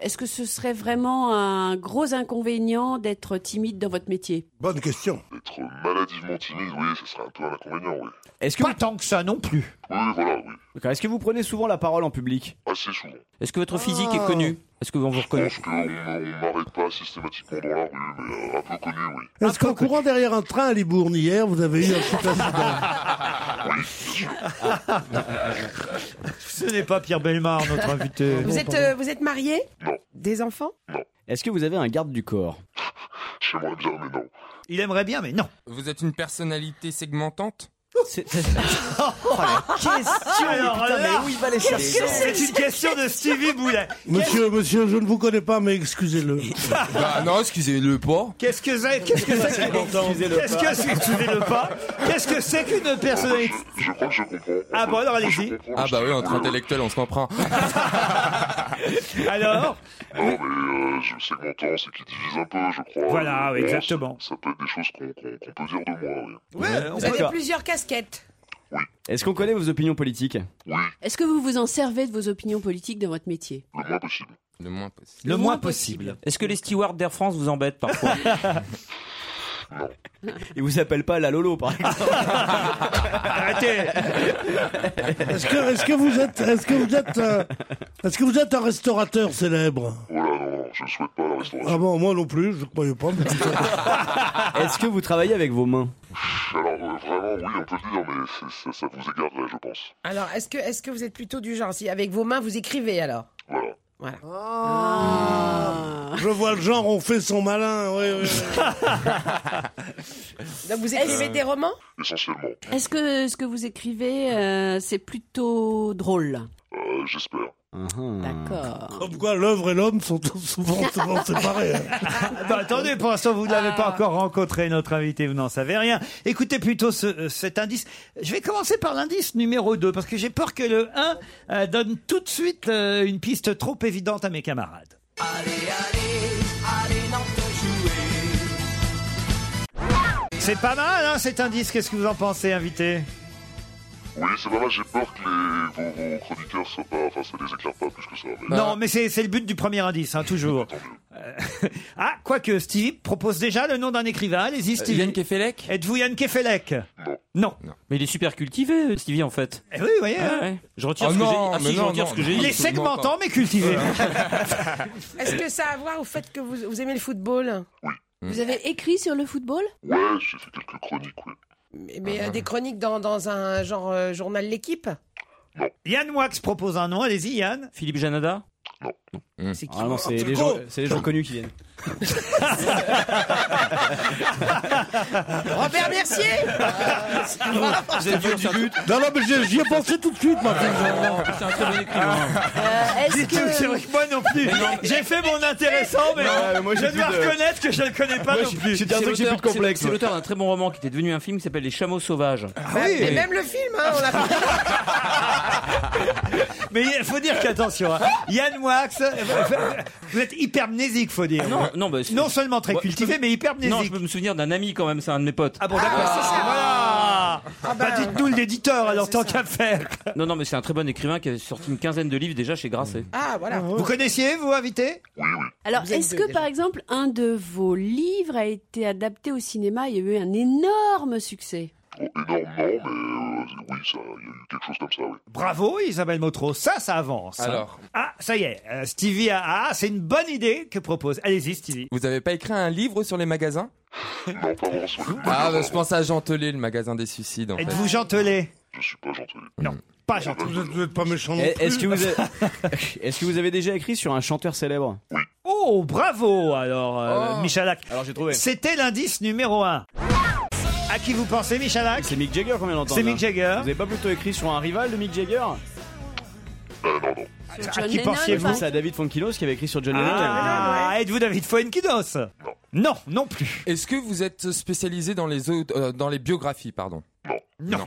Est-ce que ce serait vraiment un gros inconvénient d'être timide dans votre métier Bonne question. Être maladivement timide, oui, ce serait un peu un inconvénient, oui. Est-ce que Pas tant que ça non plus. Oui, voilà, oui. D'accord. Est-ce que vous prenez souvent la parole en public Assez souvent. Est-ce que Oh. votre physique Ah. est connu Est-ce que on vous Je reconnaît pense qu'on ne m'arrête pas systématiquement dans la rue, mais euh, un peu connu, oui. Est-ce qu'en courant derrière un train à Libourne hier, vous avez eu un petit accident Ce n'est pas Pierre Belmar, notre invité. vous, êtes, euh, vous êtes marié Des enfants Est-ce que vous avez un garde du corps J'aimerais bien, mais non. Il aimerait bien, mais non. Vous êtes une personnalité segmentante Oh, Ah, Question Alors mais putain, là, mais où il va les qu'est-ce chercher, que ça C'est une question de Stevie Boulet. Monsieur, monsieur, je ne vous connais pas, mais excusez-le. Bah non, excusez-le pas. Qu'est-ce que c'est Qu'est-ce que c'est Excusez-le Qu'est-ce pas. que c'est Excusez-le pas. Qu'est-ce que c'est qu'une personnalité Je crois que je comprends. Ah bon, alors allez-y. Ah bah oui, entre intellectuels, on se comprend. Alors Non, mais euh, je segmentant, c'est qui divise un peu, je crois. Voilà, Ah, oui, Bon, ça- exactement. Oh, Ça, peut être des choses qu'on qu'on- qu'on peut dire de moi, oui. Euh, Vous avez plusieurs casquettes. Est-ce qu'on connaît vos opinions politiques Est-ce que vous vous en servez de vos opinions politiques dans votre métier Le moins possible. Le moins possible. Le moins possible. Est-ce que les stewards d'Air France vous embêtent parfois Ils vous appellent pas la Lolo, par exemple. Arrêtez Est-ce que, est-ce que vous êtes, est-ce que vous êtes, euh, est-ce que vous êtes un restaurateur célèbre Voilà, non, non, je ne souhaite pas la restauration. Ah bon, moi non plus, je ne croyais pas. mais- Est-ce que vous travaillez avec vos mains Alors, euh, vraiment, oui, on peut le dire, mais c'est- ça, ça vous égarerait, je pense. Alors, est-ce que, est-ce que vous êtes plutôt du genre, si avec vos mains vous écrivez alors Voilà. Voilà. Je vois le genre, on fait son malin. Oui, oui, Donc vous écrivez Est-ce- des romans Essentiellement. Est-ce que ce que vous écrivez, euh, c'est plutôt drôle Euh, J'espère. Uh-huh. D'accord. Comme quoi, l'œuvre et l'homme sont tous souvent, souvent séparés. hein. Bah, attendez, pour l'instant, vous ne l'avez Ah. pas encore rencontré, notre invité, vous n'en savez rien. Écoutez plutôt ce- euh, cet indice. Je vais commencer par l'indice numéro 2, parce que j'ai peur que le 1 euh, donne tout de suite euh, une piste trop évidente à mes camarades. C'est pas mal, hein, cet indice. Qu'est-ce que vous en pensez, invité Oui, c'est pas mal, j'ai peur que les, vos, vos chroniqueurs soient pas. Enfin, ça les éclaire pas plus que ça. Mais... Non, mais c'est c'est le but du premier indice, hein, toujours. Euh, ah, quoique Stevie propose déjà le nom d'un écrivain. Allez-y, Stevie. Yann Kefelec Êtes-vous Yann Kefelec Non. Mais il est super Ah cultivé, Stevie, en fait. Eh oui, vous voyez. hein. Je retire Oh ce que non, j'ai ah, mais si, je non, retire non, ce que j'ai non. Il est Absolument segmentant, pas. mais cultivé. Est-ce que ça a à voir au fait que vous, vous aimez le football Vous avez écrit sur le football Ouais, j'ai fait quelques chroniques, oui. Mais, mais, euh, des chroniques dans, dans un genre euh, journal L'équipe Yann Wax propose un nom. Allez-y, Yann. Philippe Janada Hmm. C'est qui Ah non, c'est Oh, les, oh. gens, c'est les gens connus qui viennent. Ah, Robert Mercier Ah, Vous êtes dur du but. Non, non, mais j'y- j'y ai pensé tout de suite, moi. C'est un très bon écrivain. Dites-le, c'est vrai Euh, que moi non plus. J'ai fait mon intéressant, mais Non, mais moi, je j'ai dois plus de- reconnaître que je ne le connais pas non plus. dit un truc, j'ai plus de l'auteur- complexe, c'est- C'est ouais. l'auteur d'un très bon roman qui était devenu un film qui s'appelle Les Chameaux Sauvages. Et même le film, hein, on l'a fait. Mais il faut dire qu'attention, hein. Yann Wax, euh, vous êtes hypermnésique, faut dire. Non, non, bah, c'est- Non seulement très Ouais, je cultivé, peux- mais hypermnésique. Non, je peux me souvenir d'un ami quand même, c'est un de mes potes. Ah Ah bon, d'accord, c'est ça. Voilà. Ah bah, dites-nous l'éditeur, alors tant qu'à faire. Non, non, mais c'est un très bon écrivain qui a sorti une quinzaine de livres déjà chez Grasset. Ah, voilà. Vous connaissiez, vous, invité Alors, Vous êtes est-ce deux, que déjà. par exemple un de vos livres a été adapté au cinéma Il y a eu un énorme succès. Oh, euh, Oui, ça, il y a eu quelque chose comme ça, oui. Bravo Isabelle Motro, ça, ça avance. hein. Alors. Ah, ça y est, euh, Stevie a, ah, c'est une bonne idée que propose. Allez-y, Stevie. Vous avez pas écrit un livre sur les magasins Non, pas vraiment sur les Ah, bah, magasins. je pense à Gentelet, le magasin des suicides. En fait. Êtes-vous gentelé Je suis pas gentil. Non, pas gentil. Ah, Vous n'êtes pas méchant non Eh, Est-ce que, plus. vous avez- est-ce que vous avez déjà écrit sur un chanteur célèbre Oh, bravo alors, euh, Oh. Michalak. Alors j'ai trouvé. C'était l'indice numéro 1. À qui vous pensez, Michalak C'est Mick Jagger combien d'entendre C'est Mick Jagger. Vous avez pas plutôt écrit sur un rival de Mick Jagger Euh, Sur À John qui Lennon, pensiez-vous par- C'est à David Fonkinos qui avait écrit sur John Lennon. Ah, êtes-vous David Fuenkidos Non, non plus. Est-ce que vous êtes spécialisé dans les, au- euh, dans les biographies, pardon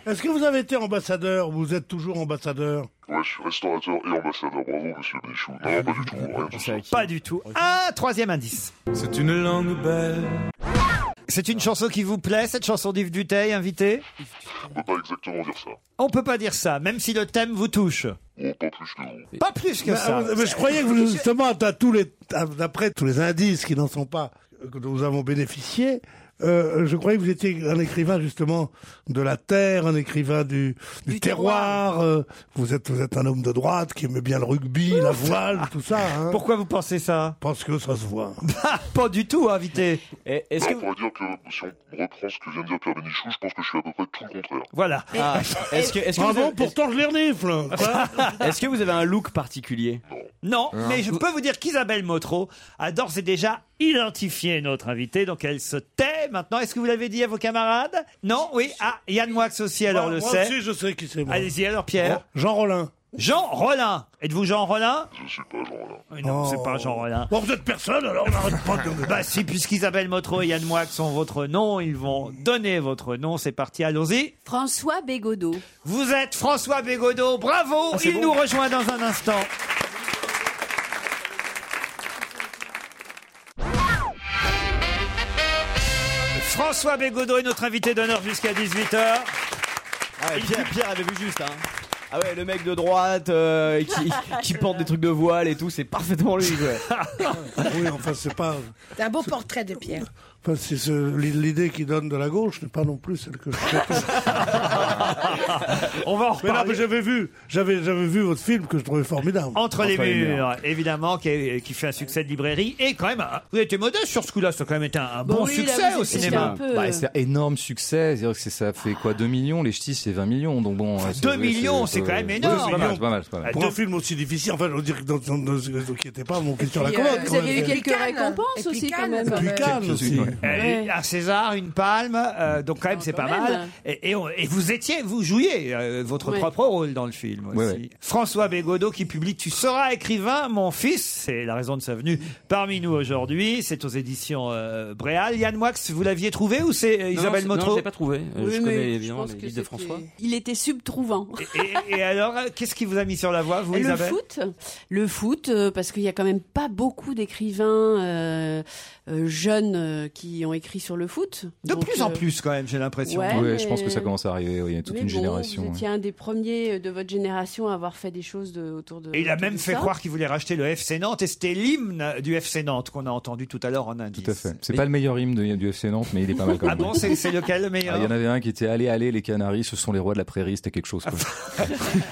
Est-ce que vous avez été ambassadeur Vous êtes toujours ambassadeur Ouais, je suis restaurateur et ambassadeur. Bravo, monsieur Béchou. Non, non, pas du tout. Rien de ça. Pas du tout. Un troisième indice. C'est une langue belle. C'est une chanson qui vous plaît, cette chanson d'Yves Duteil, invité On peut pas exactement dire ça. On peut pas dire ça, même si le thème vous touche. Oh, pas plus que vous. Pas plus que Mais, ça. euh, mais je croyais que vous, justement, t'as tous les, t'as- d'après tous les indices qui n'en sont pas, euh, que nous avons bénéficié, euh, je croyais que vous étiez un écrivain justement de la terre, un écrivain du, du terroir. euh, vous êtes vous êtes un homme de droite qui aimait bien le rugby, la voile, tout ça. hein. ah, Pourquoi vous pensez ça Parce que ça se voit. Ah, Pas du tout, invité. Et Non, Est-ce que on pourrait dire que si on reprend ce que vient de dire Pierre Bénichou, je pense que je suis à peu près tout le contraire. Voilà. Ah, est-ce que, est-ce que vous Bravo, avez, pourtant je les renifle. Quoi est-ce que vous avez un look particulier Non, mais je peux vous dire qu'Isabelle Motro a d'ores et déjà identifié notre invité, donc elle se tait maintenant. Est-ce que vous l'avez dit à vos camarades Non Oui Ah, Yann Moix aussi, alors Moi- le Ah, moi sait. aussi, je sais qui c'est. moi. Oh, Allez-y, alors Pierre. Jean Rollin. Jean Rollin. Êtes-vous Jean Rollin Je suis pas genre là. Oui, Non, c'est pas Jean Rollin. Oh. Bon, vous êtes personne, alors on n'arrête pas de. Bah si, puisqu'Isabelle Motro et Yann Moix sont votre nom, ils vont donner votre nom. C'est parti, allons-y. François Bégodeau. Vous êtes François Bégodeau, bravo Oh, Ah, Il nous rejoint dans un instant. François Bégodeau est notre invité d'honneur jusqu'à 18h. Ah ouais, Pierre, Pierre avait vu juste, hein. Ah ouais, le mec de droite euh, qui, qui porte des trucs de voile et tout, c'est parfaitement lui. quoi. Oui, enfin, c'est pas. C'est un beau portrait de Pierre. Enfin, c'est ce- l'idée qui donne de la gauche n'est pas non plus celle que je On va Mais en non, reparler. mais j'avais vu, j'avais, j'avais vu votre film que je trouvais formidable. Entre les Entre les murs, murs. évidemment, qui, est- qui fait un succès de librairie. Et quand même, un- vous avez été modeste sur ce coup-là. Ça a quand même été un, un bon Bah oui, là, succès vous au êtes- c'était cinéma. un peu, euh, Bah, c'est un énorme succès. C'est-à-dire que c'est- ça fait quoi 2 millions Les ch'tis, c'est 20 millions. Donc bon, euh, 2 ouais, millions, c'est quand même ouais, énorme. C'est pas mal, c'est pas mal. c'est pas mal. Pour deux- un film aussi difficile, enfin, je veux dire que dans, dans, dans- dans- qui n'était pas mon cul sur la Puis, euh, commode. Vous aviez eu quoi. quelques Cannes. Et récompenses puis aussi quand Cannes, même. quand Puis Cannes aussi. ouais. Euh, Ouais. Ah, À César, une palme, euh, donc quand même c'est pas quand même. mal. Et, et on- et vous étiez, vous jouiez euh, votre Ouais. propre rôle dans le film aussi. Ouais, ouais. François Bégodeau qui publie Tu seras écrivain, mon fils, c'est la raison de sa venue parmi nous aujourd'hui. C'est aux éditions euh, Bréal. Yann Moix, vous l'aviez trouvé ou c'est euh, Non, Isabelle c'est- non, Motro je l'ai pas trouvé. Euh, Oui, je mais connais je évidemment pense les que livres de c'était- François. Il était subtrouvant. et, et alors, euh, qu'est-ce qui vous a mis sur la voie, vous, le euh, Isabelle foot, le foot, euh, parce qu'il y a quand même pas beaucoup d'écrivains euh, euh, jeunes euh, qui ont écrit sur le foot. De Donc, plus euh, en plus, quand même, j'ai l'impression. ouais. Ouais, je pense mais- que ça commence à arriver. ouais, Il y a toute mais une bon, génération. Vous ouais. étiez un des premiers de votre génération à avoir fait des choses de, autour de. Et il a autour même de fait ça. croire qu'il voulait racheter le FC Nantes, et c'était l'hymne du FC Nantes qu'on a entendu tout à l'heure en indice. Tout à fait. C'est pas le meilleur hymne de- du FC Nantes, mais il est pas mal quand Ah même. bon, c'est c'est lequel le Ah, meilleur Il y en avait un qui était Allez, allez, les Canaries, ce sont les rois de la prairie. C'était quelque chose. Quoi.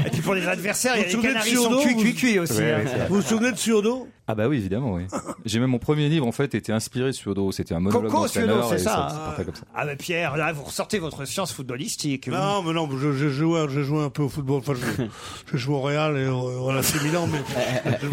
Et puis pour les adversaires, il y a Vous vous souvenez les de Canaries sont Ciodo, cuits, vous- cuits, cuits aussi. Ouais, hein. ouais, c'est vrai. Vous vous souvenez de Ciodo Ah bah oui, évidemment, oui. J'ai même mon premier livre en fait était inspiré sur Do. C'était un monologue Coco, d'entraîneur Ciodo, c'est et ça. c'est parti comme ça. Ah mais Pierre, là, vous ressortez votre science footballistique. Vous- Non, mais non, je, je, jouais, je jouais un peu au football. Enfin, je, je jouais au Real et au, voilà, c'est Milan, mais.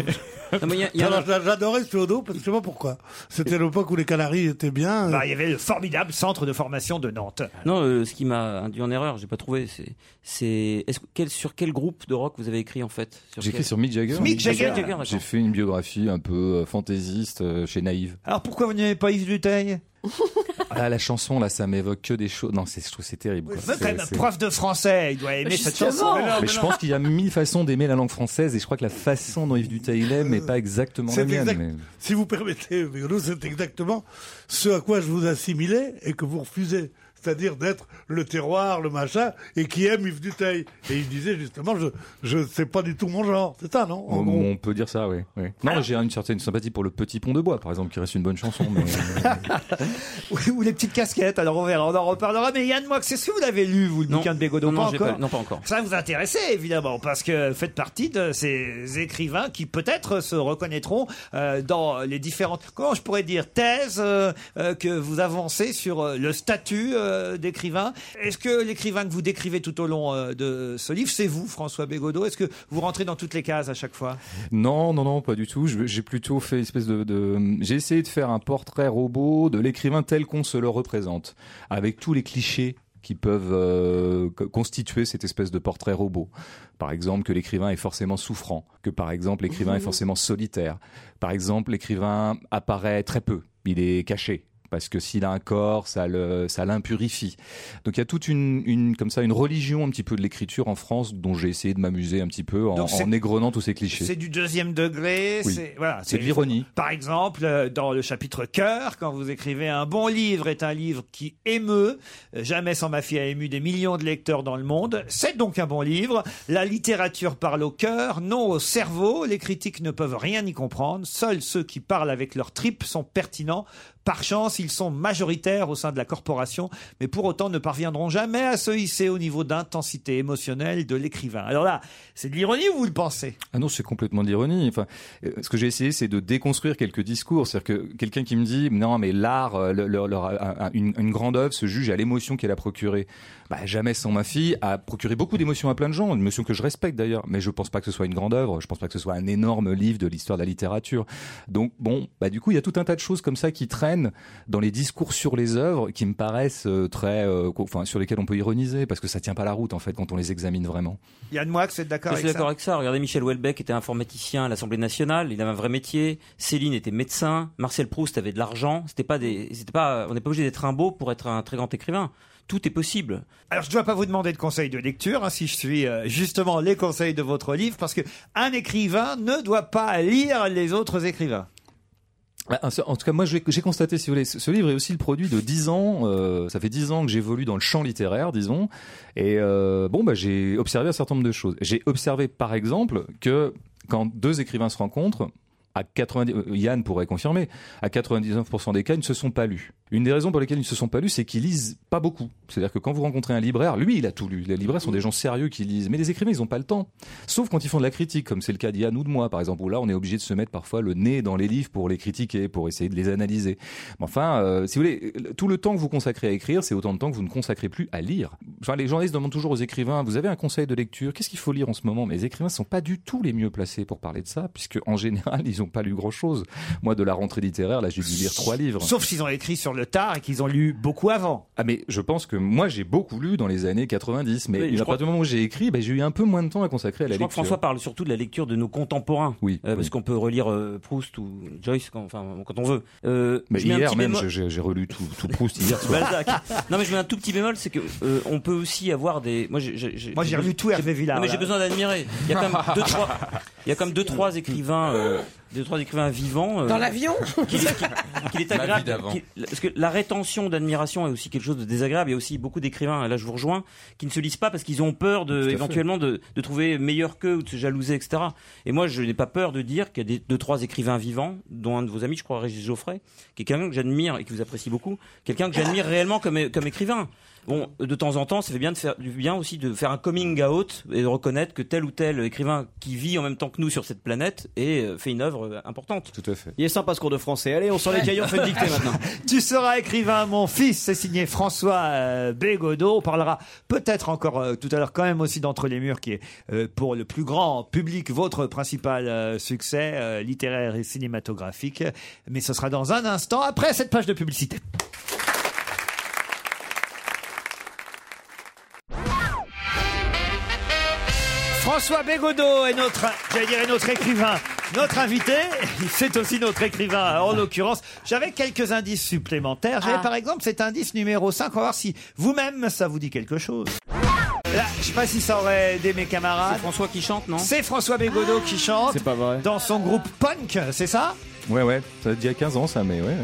Non, mais il y a- il y a Alors, un- j'a- J'adorais Ciodo, parce que je sais pas pourquoi. C'était l'époque où les Canaries étaient bien. Bah, il y avait le formidable centre de formation de Nantes. Non, euh, ce qui m'a induit en erreur, j'ai pas trouvé. C'est, c'est, est-ce que- quel- sur quel groupe de rock vous avez écrit en fait Sur J'ai quel- écrit sur Mick Jagger. Mick Jagger. Mick Jagger, J'ai d'accord. fait une biographie un peu euh, fantaisiste euh, chez Naïve. Alors pourquoi vous n'avez pas Yves Duteil Ah la chanson là, ça m'évoque que des choses. Non, c'est je trouve c'est terrible. quoi. Vous êtes C'est- quand même un c'est- prof de français, il doit aimer cette Justement. chanson. Mais Mais je pense qu'il y a mille façons d'aimer la langue française et je crois que la façon dont Yves Duteil l'aime Euh, n'est pas exactement la C'est mienne. exact- mais- Si vous permettez, Bégodeau, c'est exactement ce à quoi je vous assimilais et que vous refusez. c'est-à-dire d'être le terroir, le machin, et qui aime Yves Duteil. Et il disait justement, je, je c'est pas du tout mon genre. C'est ça, non On, on peut dire ça, oui. oui. Non, j'ai une certaine sympathie pour le Petit Pont de Bois, par exemple, qui reste une bonne chanson. Mais... Oui, ou les petites casquettes. Alors on verra, on en reparlera. Mais Yann Moix, est-ce que vous l'avez lu, vous, le bouquin de Bégodeau Non, non, j'ai encore pas- non, pas encore. Ça vous intéresse évidemment, parce que faites partie de ces écrivains qui peut-être se reconnaîtront euh, dans les différentes, comment je pourrais dire, thèses euh, euh, que vous avancez sur euh, le statut euh, d'écrivain. Est-ce que l'écrivain que vous décrivez tout au long euh, de ce livre, c'est vous, François Bégodeau Est-ce que vous rentrez dans toutes les cases à chaque fois Non, non, non, pas du tout. Je- J'ai plutôt fait une espèce de, de- J'ai essayé de faire un portrait robot de l'écrivain tel qu'on se le représente, avec tous les clichés qui peuvent euh, co- constituer cette espèce de portrait robot. Par exemple, que l'écrivain est forcément souffrant, que par exemple Mhm. l'écrivain est forcément solitaire, par exemple l'écrivain apparaît très peu, il est caché, parce que s'il a un corps, ça le, ça l'impurifie. Donc il y a toute une, une- comme ça, une religion un petit peu de l'écriture en France dont j'ai essayé de m'amuser un petit peu en, Donc, c'est- en égrenant tous ces clichés. C'est du deuxième degré, Oui. c'est voilà, C'est de l'ironie. Par exemple, euh, dans le chapitre cœur, quand vous écrivez un bon livre est un livre qui émeut, Euh, jamais sans ma fille a ému des millions de lecteurs dans le monde. C'est donc un bon livre. La littérature parle au cœur, non au cerveau. Les critiques ne peuvent rien y comprendre. Seuls ceux qui parlent avec leurs tripes sont pertinents. Par chance, ils sont majoritaires au sein de la corporation, mais pour autant ne parviendront jamais à se hisser au niveau d'intensité émotionnelle de l'écrivain. Alors là, c'est de l'ironie ou vous le pensez Ah non, c'est complètement d'ironie. Enfin, euh, ce que j'ai essayé, c'est de déconstruire quelques discours. C'est-à-dire que quelqu'un qui me dit non, mais l'art, euh, le- leur- leur- un- un- une, une grande œuvre se juge à l'émotion qu'elle a procurée. Bah, jamais sans ma fille a procuré beaucoup d'émotions à plein de gens, une émotion que je respecte d'ailleurs. Mais je pense pas que ce soit une grande œuvre. Je pense pas que ce soit un énorme livre de l'histoire de la littérature. Donc bon, bah du coup, il y a tout un tas de choses comme ça qui traînent dans les discours sur les œuvres qui me paraissent euh, très, euh, co- enfin, sur lesquelles on peut ironiser parce que ça tient pas la route en fait quand on les examine vraiment. Yann Moix, vous êtes d'accord Je suis avec d'accord ça avec ça. Regardez, Michel Houellebecq était informaticien à l'Assemblée nationale. Il avait un vrai métier. Céline était médecin. Marcel Proust avait de l'argent. C'était pas des, c'était pas, on n'est pas obligé d'être un beau pour être un très grand écrivain. Tout est possible. Alors, je ne dois pas vous demander de conseils de lecture, hein, si je suis euh, justement les conseils de votre livre, parce que un écrivain ne doit pas lire les autres écrivains. Ah, En en tout cas, moi, j'ai j'ai constaté, si vous voulez, ce ce livre est aussi le produit de 10 ans. euh, ça fait 10 ans que j'évolue dans le champ littéraire, disons. Et euh, bon, bah, j'ai observé un certain nombre de choses. J'ai observé, par exemple, que quand deux écrivains se rencontrent, à 90, euh, Yann pourrait confirmer, à 99% des cas, ils ne se sont pas lus. Une des raisons pour lesquelles ils ne se sont pas lus, c'est qu'ils lisent pas beaucoup. C'est-à-dire que quand vous rencontrez un libraire, lui, il a tout lu. Les libraires sont des gens sérieux qui lisent. Mais les écrivains, ils n'ont pas le temps. Sauf quand ils font de la critique, comme c'est le cas d'Yann ou de moi, par exemple, où là, on est obligé de se mettre parfois le nez dans les livres pour les critiquer, pour essayer de les analyser. Mais enfin, euh, si vous voulez, euh, tout le temps que vous consacrez à écrire, c'est autant de temps que vous ne consacrez plus à lire. Enfin, les journalistes demandent toujours aux écrivains, vous avez un conseil de lecture, qu'est-ce qu'il faut lire en ce moment Mais les écrivains ne sont pas du tout les mieux placés pour parler de ça, puisque en général, ils n'ont pas lu grand-chose. Moi, de la rentrée littéraire, là, j'ai dû lire trois livres. Sauf s'ils ont écrit sur le tard et qu'ils ont lu beaucoup avant. Ah mais je pense que moi j'ai beaucoup lu dans les années 90, mais Oui, je à crois- partir du moment où j'ai écrit, ben, j'ai eu un peu moins de temps à consacrer à la Je crois lecture. que François parle surtout de la lecture de nos contemporains. Oui. Euh, Parce qu'on peut relire euh, Proust ou Joyce quand, enfin, quand on veut. Euh, Mais je mets un hier petit même, bémol- je- j'ai j'ai relu tout, tout Proust hier soir. Balzac. non mais je mets un tout petit bémol, c'est que euh, on peut aussi avoir des. Moi j'ai- j'ai j'ai- Moi, j'ai revu tout Hervé Villard. Non, mais là. j'ai besoin d'admirer. Il y a quand même deux trois. Il y a quand même deux trois écrivains, euh, deux trois écrivains vivants. euh, Dans l'avion qu'il est Ma vie agréable. d'avant. qu'il- parce que la rétention d'admiration est aussi quelque chose de désagréable. Il y a aussi beaucoup d'écrivains, et là je vous rejoins, qui ne se lisent pas parce qu'ils ont peur de, fait. éventuellement de, de trouver meilleur qu'eux ou de se jalouser, etc. Et moi je n'ai pas peur de dire qu'il y a des, deux, trois écrivains vivants, dont un de vos amis, je crois Régis Geoffrey, qui est quelqu'un que j'admire et que vous appréciez beaucoup, quelqu'un que j'admire réellement comme, comme écrivain. Bon, de temps en temps, ça fait bien de faire du bien aussi de faire un coming out et de reconnaître que tel ou tel écrivain qui vit en même temps que nous sur cette planète et euh, fait une œuvre euh, importante. Tout à fait. Il est sympa ce cours de français. Allez, on sort les cahiers, on fait une dictée maintenant. tu seras écrivain, mon fils. C'est signé François euh, Bégodeau. On parlera peut-être encore euh, tout à l'heure quand même aussi d'Entre les murs, qui est euh, pour le plus grand public votre principal euh, succès euh, littéraire et cinématographique. Mais ce sera dans un instant après cette page de publicité. François Bégodeau est notre, j'allais dire, est notre écrivain, notre invité. C'est aussi notre écrivain, en l'occurrence. J'avais quelques indices supplémentaires. J'avais par exemple cet indice numéro 5. On va voir si vous-même ça vous dit quelque chose. Là, je sais pas si ça aurait aidé mes camarades. C'est François qui chante, non C'est François Bégodeau qui chante. C'est pas vrai. Dans son groupe punk, c'est ça Ouais, ouais, ça date d'il y a 15 ans, ça, mais ouais.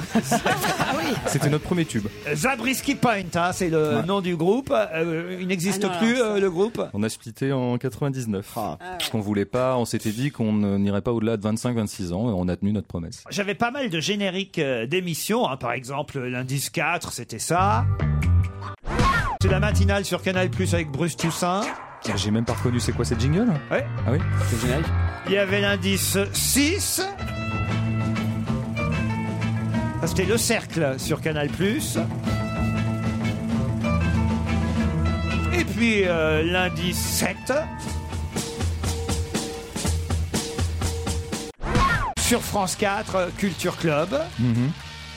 C'était notre premier tube. Zabriskie Point, hein, c'est le nom du groupe. Euh, il n'existe Ah non, Ah plus euh, le groupe. On a splitté en 99. Parce qu'on voulait pas, on s'était dit qu'on ne- n'irait pas au-delà de 25-26 ans et on a tenu notre promesse. J'avais pas mal de génériques euh, d'émissions, hein. par exemple l'indice 4, c'était ça. C'est la matinale sur Canal Plus avec Bruce Toussaint. J'ai même pas reconnu c'est quoi cette jingle Ouais. Ah oui C'est générique Il y avait l'indice 6. Ça, C'était le cercle sur Canal Plus. Et puis euh, l'indice 7. Sur France 4, euh, Culture Club. Mhm.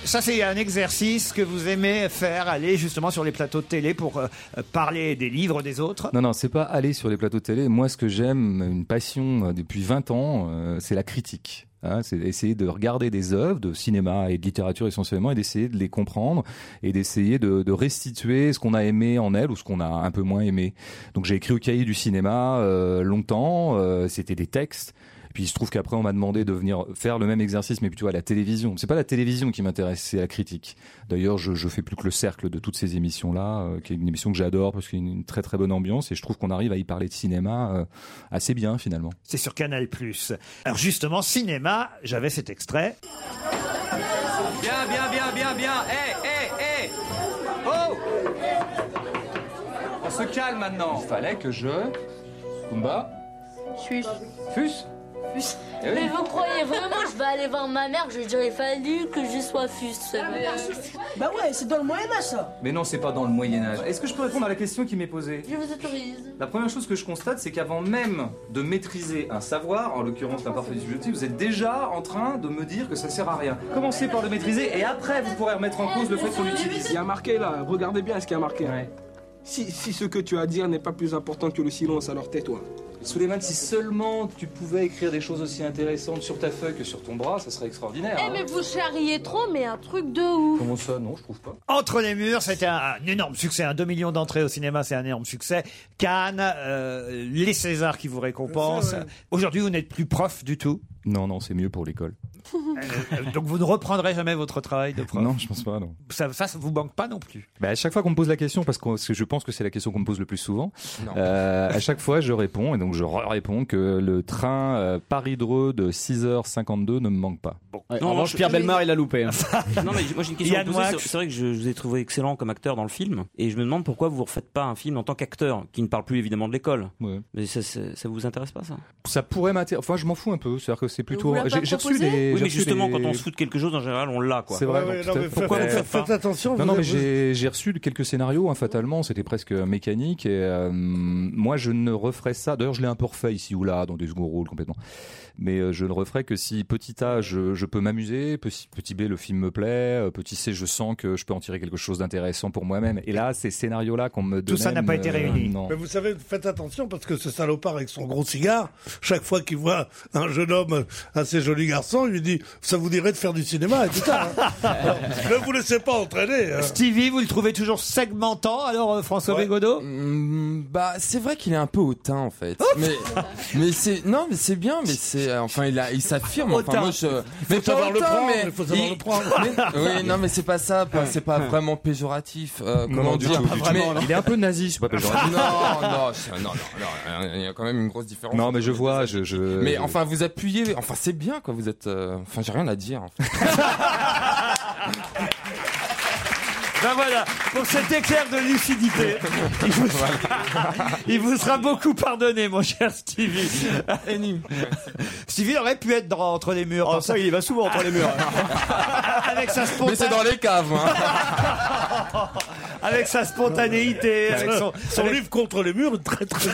Ça, c'est un exercice que vous aimez faire, aller justement sur les plateaux de télé pour euh, euh, parler des livres des autres. Non, non, c'est pas aller sur les plateaux de télé. Moi, ce que j'aime, une passion euh, depuis 20 ans, euh, c'est la critique. Hein, c'est essayer de regarder des œuvres de cinéma et de littérature essentiellement et d'essayer de les comprendre et d'essayer de, de restituer ce qu'on a aimé en elles ou ce qu'on a un peu moins aimé. Donc j'ai écrit au cahier du cinéma euh, longtemps, euh, c'était des textes. Et Puis il se trouve qu'après on m'a demandé de venir faire le même exercice, mais plutôt à la télévision. C'est pas la télévision qui m'intéresse, c'est la critique. D'ailleurs, je, je fais plus que le cercle de toutes ces émissions là, qui est une émission que j'adore parce qu'il y a une, une très très bonne ambiance et je trouve qu'on arrive à y parler de cinéma euh, assez bien finalement. C'est sur Canal+. Alors justement, cinéma, j'avais cet extrait. Bien, bien, bien, bien, bien. Hé, hé, hé. Oh On se calme maintenant. Il fallait que je. Kumba Suis. Fus Eh oui. Mais vous croyez vraiment que je vais aller voir ma mère que J'ai déjà fallu que je sois fus. Ah, Bah ouais, c'est dans le Moyen-Âge ça. Mais non, c'est pas dans le Moyen-Âge. Est-ce que je peux répondre à la question qui m'est posée Je vous autorise. La première chose que je constate, c'est qu'avant même de maîtriser un savoir, en l'occurrence l'imparfait du subjectif, vous êtes déjà en train de me dire que ça sert à rien. Commencez par le maîtriser et après vous pourrez remettre en cause le fait qu'on l'utilise. Il y a marqué là, regardez bien ce qu'il y a marqué. Si, si ce que tu as à dire n'est pas plus important que le silence, alors tais-toi. Suleiman, si seulement tu pouvais écrire des choses aussi intéressantes sur ta feuille que sur ton bras, ça serait extraordinaire. hein. Eh mais vous charriez trop, mais un truc de ouf. Comment ça Non, je trouve pas. Entre les murs, c'était un, un énorme succès. Un 2 millions d'entrées au cinéma, c'est un énorme succès. Cannes, euh, les Césars qui vous récompensent. Aujourd'hui, vous n'êtes plus prof du tout. Non, non, c'est mieux pour l'école. Euh, donc vous ne reprendrez jamais votre travail de prof. Non, je pense pas, non. Ça, ça, ça vous manque pas non plus. Bah, à chaque fois qu'on me pose la question, parce que parce que je pense que c'est la question qu'on me pose le plus souvent, Non. euh, à chaque fois je réponds, et donc je réponds que le train euh, Paris-Dreux de 6h52 ne me manque pas. Non, en revanche, je- Pierre Bellemare, il a hein. loupé. non, mais moi j'ai une question à Yann vous poser. Moix. C'est c'est vrai que je, je vous ai trouvé excellent comme acteur dans le film, et je me demande pourquoi vous ne refaites pas un film en tant qu'acteur, qui ne parle plus évidemment de l'école. Mais ça, ça, ça vous intéresse pas ça Ça pourrait m'intéresser, enfin je m'en fous un peu, c'est-à-dire que c'est plutôt... J'ai j'ai reçu des... Oui, j'ai mais reçu justement, des- quand on se fout de quelque chose, en général, on l'a quoi. C'est vrai, non, tout à fait. pourquoi vous ne faites pas hein. Non, non, mais j'ai j'ai reçu quelques scénarios, hein, fatalement, c'était presque mécanique. Et euh, moi, je ne referais ça. D'ailleurs, je l'ai un peu refait ici ou là, dans des seconds rôles complètement. Mais euh, je ne referais que si petit A, je, je peux m'amuser, petit, petit B, le film me plaît, euh, petit C, je sens que je peux en tirer quelque chose d'intéressant pour moi-même. Et là, ces scénarios-là qu'on me donnait me- euh, Non. Mais vous savez, faites attention parce que ce salopard avec son gros cigare, chaque fois qu'il voit un jeune homme assez joli garçon, il lui dit Ça vous dirait de faire du cinéma et tout ça. hein. Alors, ne vous laissez pas entraîner. hein. Stevie, vous le trouvez toujours segmentant, alors euh, François Bégodeau Bah, c'est vrai qu'il est un peu hautain en fait. mais mais c'est non, mais c'est bien, mais c'est euh, enfin il a il s'affirme. Enfin, Hautain. moi, je, Il faut mais pas savoir le hautain, prendre, mais il faut savoir le prendre. mais- oui, non, mais c'est pas ça. pas- C'est pas Ouais. vraiment péjoratif. euh, Non, comment non, du dire tout, du tout. Mais- Il est un peu nazi, c'est pas péjoratif. non, non, c'est- non, non, non, Il y a quand même une grosse différence. Non, mais je vois, je. je- euh, Mais enfin, vous appuyez. Enfin, c'est bien quoi. Vous êtes. euh, Enfin, j'ai rien à dire. en fait. Ben voilà, pour cet éclair de lucidité, il vous sera, il vous sera beaucoup pardonné, mon cher Stevie. Stevie aurait pu être dans, entre les murs. Oh, ça, il va souvent entre les murs. Avec sa spontan- Mais c'est dans les caves. hein. Avec sa spontanéité, avec son, Son livre contre les murs, très très.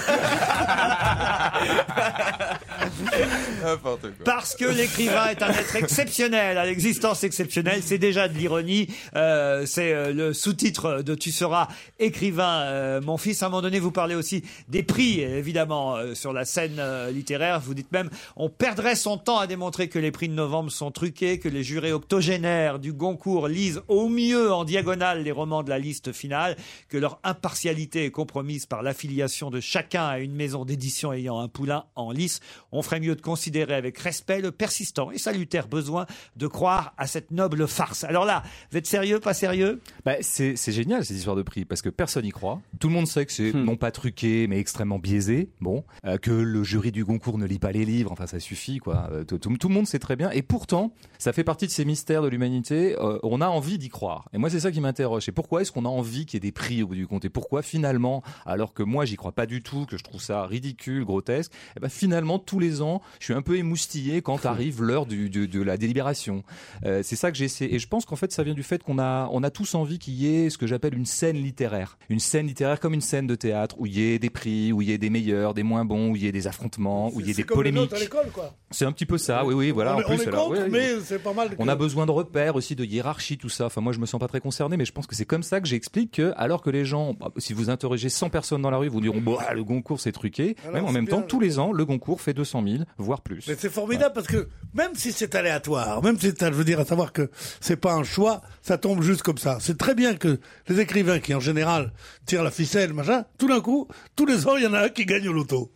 N'importe quoi. Parce que l'écrivain est un être exceptionnel, à l'existence exceptionnelle, c'est déjà de l'ironie. Euh, c'est euh, le sous-titre de Tu seras écrivain, euh, mon fils. À un moment donné, vous parlez aussi des prix, évidemment, euh, sur la scène euh, littéraire. Vous dites même, on perdrait son temps à démontrer que les prix de novembre sont truqués, que les jurés octogénaires du Goncourt lisent au mieux en diagonale les romans de la liste finale, que leur impartialité est compromise par l'affiliation de chacun à une maison d'édition ayant un poulain en lice. On ferait mieux de considérer avec respect le persistant et salutaire besoin de croire à cette noble farce. Alors là, vous êtes sérieux, pas sérieux Bah, c'est c'est génial cette histoire de prix parce que personne n'y croit. Tout le monde sait que c'est non pas truqué mais extrêmement biaisé. Bon, euh, que le jury du concours ne lit pas les livres. Enfin, ça suffit quoi. Euh, tout, tout- tout le monde sait très bien. Et pourtant, ça fait partie de ces mystères de l'humanité. Euh, on a envie d'y croire. Et moi, c'est ça qui m'interroge. C'est pourquoi est-ce qu'on a envie qu'il y ait des prix au bout du compte Et pourquoi finalement, alors que moi, j'y crois pas du tout, que je trouve ça ridicule, grotesque, eh ben finalement tous les ans, je suis un peu émoustillé quand arrive l'heure du, du- de la délibération. Euh, c'est ça que j'ai essayé. Et je pense qu'en fait, ça vient du fait qu'on a, on a tous envie qu'il y ait ce que j'appelle une scène littéraire. Une scène littéraire comme une scène de théâtre, où il y ait des prix, où il y ait des meilleurs, des moins bons, où il y ait des affrontements, où il y ait des comme les polémiques. nôtres à l'école, quoi. C'est un petit peu ça, oui, oui, voilà. on, en est- on plus, est alors, contre, oui, oui. mais c'est pas mal. On a besoin de repères aussi, de hiérarchie, tout ça. Enfin, moi, je me sens pas très concerné, mais je pense que c'est comme ça que j'explique que, alors que les gens, bah, si vous interrogez 100 personnes dans la rue, vous diront, bah, le Goncourt, c'est truqué. Ah Alors, Même en c'est même bien. temps, tous les ans, le Goncourt fait 200 000, voire plus. Mais c'est formidable parce que même si c'est aléatoire, même si c'est, je veux dire, à savoir que c'est pas un choix, ça tombe juste comme ça. C'est très bien que les écrivains qui en général tirent la ficelle, machin, tout d'un coup, tous les ans, il y en a un qui gagne au loto.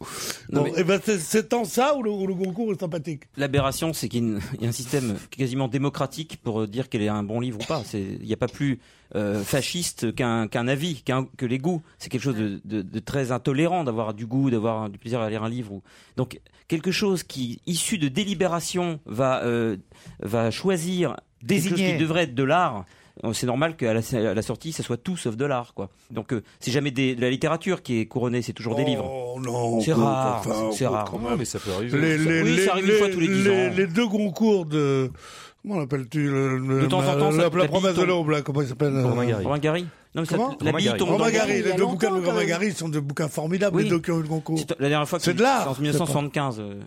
Bon, et ben c'est, c'est tant ça où le, où le concours est sympathique. L'aberration, c'est qu'il y a une- il y a un système quasiment démocratique pour dire quel est un bon livre ou pas. C'est- Il n'y a pas plus euh, fasciste qu'un qu'un avis, qu'un- que les goûts. C'est quelque chose de, de- de très intolérant d'avoir du goût, d'avoir du plaisir à lire un livre. ou- Donc quelque chose qui, issu de délibération, va, euh, va choisir quelque chose Désigner. qui devrait être de l'art. Euh, C'est normal qu'à la, à la sortie, ça soit tout sauf de l'art. quoi. Donc euh, c'est jamais des- de la littérature qui est couronnée, c'est toujours des livres. non, c'est quoi, rare. Oh, enfin, c'est quoi, rare. quand même. Les- les- oui, ça arrive une fois tous les 10 les- ans. les deux concours de. Comment l'appelles-tu le- le- De temps en la, temps, ça- la la province bille de tombe. l'Aube, là, comment il s'appelle euh, Romain Gary. Non, mais ça- Comment la bille tombe dans Romain le- Gary, les deux bouquins de Romain Gary sont des bouquins formidables, les deux qui ont eu le concours. La dernière fois que C'est de l'art, c'est en c'est 1975. euh.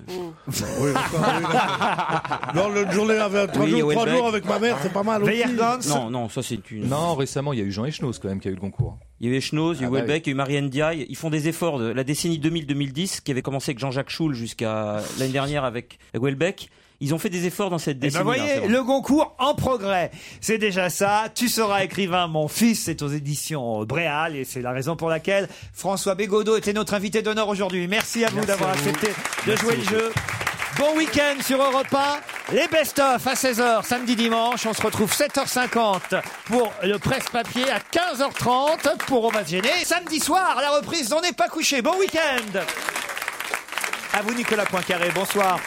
Non, le journée avait trois, Oui, jours, trois Houellebecq. jours avec ma mère, c'est pas mal aussi. Non, non, ça c'est une. Non, récemment, il y a eu Jean Echenoz quand même qui a eu le Goncourt. Il y a eu Eschnoz, il y a Ah eu bah Houellebecq, il y a eu Marianne Diaye. Ils font des efforts. De la décennie 2000-2010, qui avait commencé avec Jean-Jacques Schul jusqu'à l'année dernière avec Houellebecq, ils ont fait des efforts dans cette Eh ben, décennie. voyez, le Goncourt en progrès. C'est déjà ça. Tu seras écrivain, mon fils. C'est aux éditions Bréal et c'est la raison pour laquelle François Bégodeau était notre invité d'honneur aujourd'hui. Merci à vous Merci d'avoir à vous. accepté de Merci jouer le beaucoup. jeu. Bon week-end sur Europe 1. Les best-of à 16h, samedi, dimanche. On se retrouve 7h50 pour le presse-papier à 15h30 pour On va se gêner. Samedi soir, la reprise, on n'est pas couché. Bon week-end. À vous, Nicolas Poincaré. Bonsoir.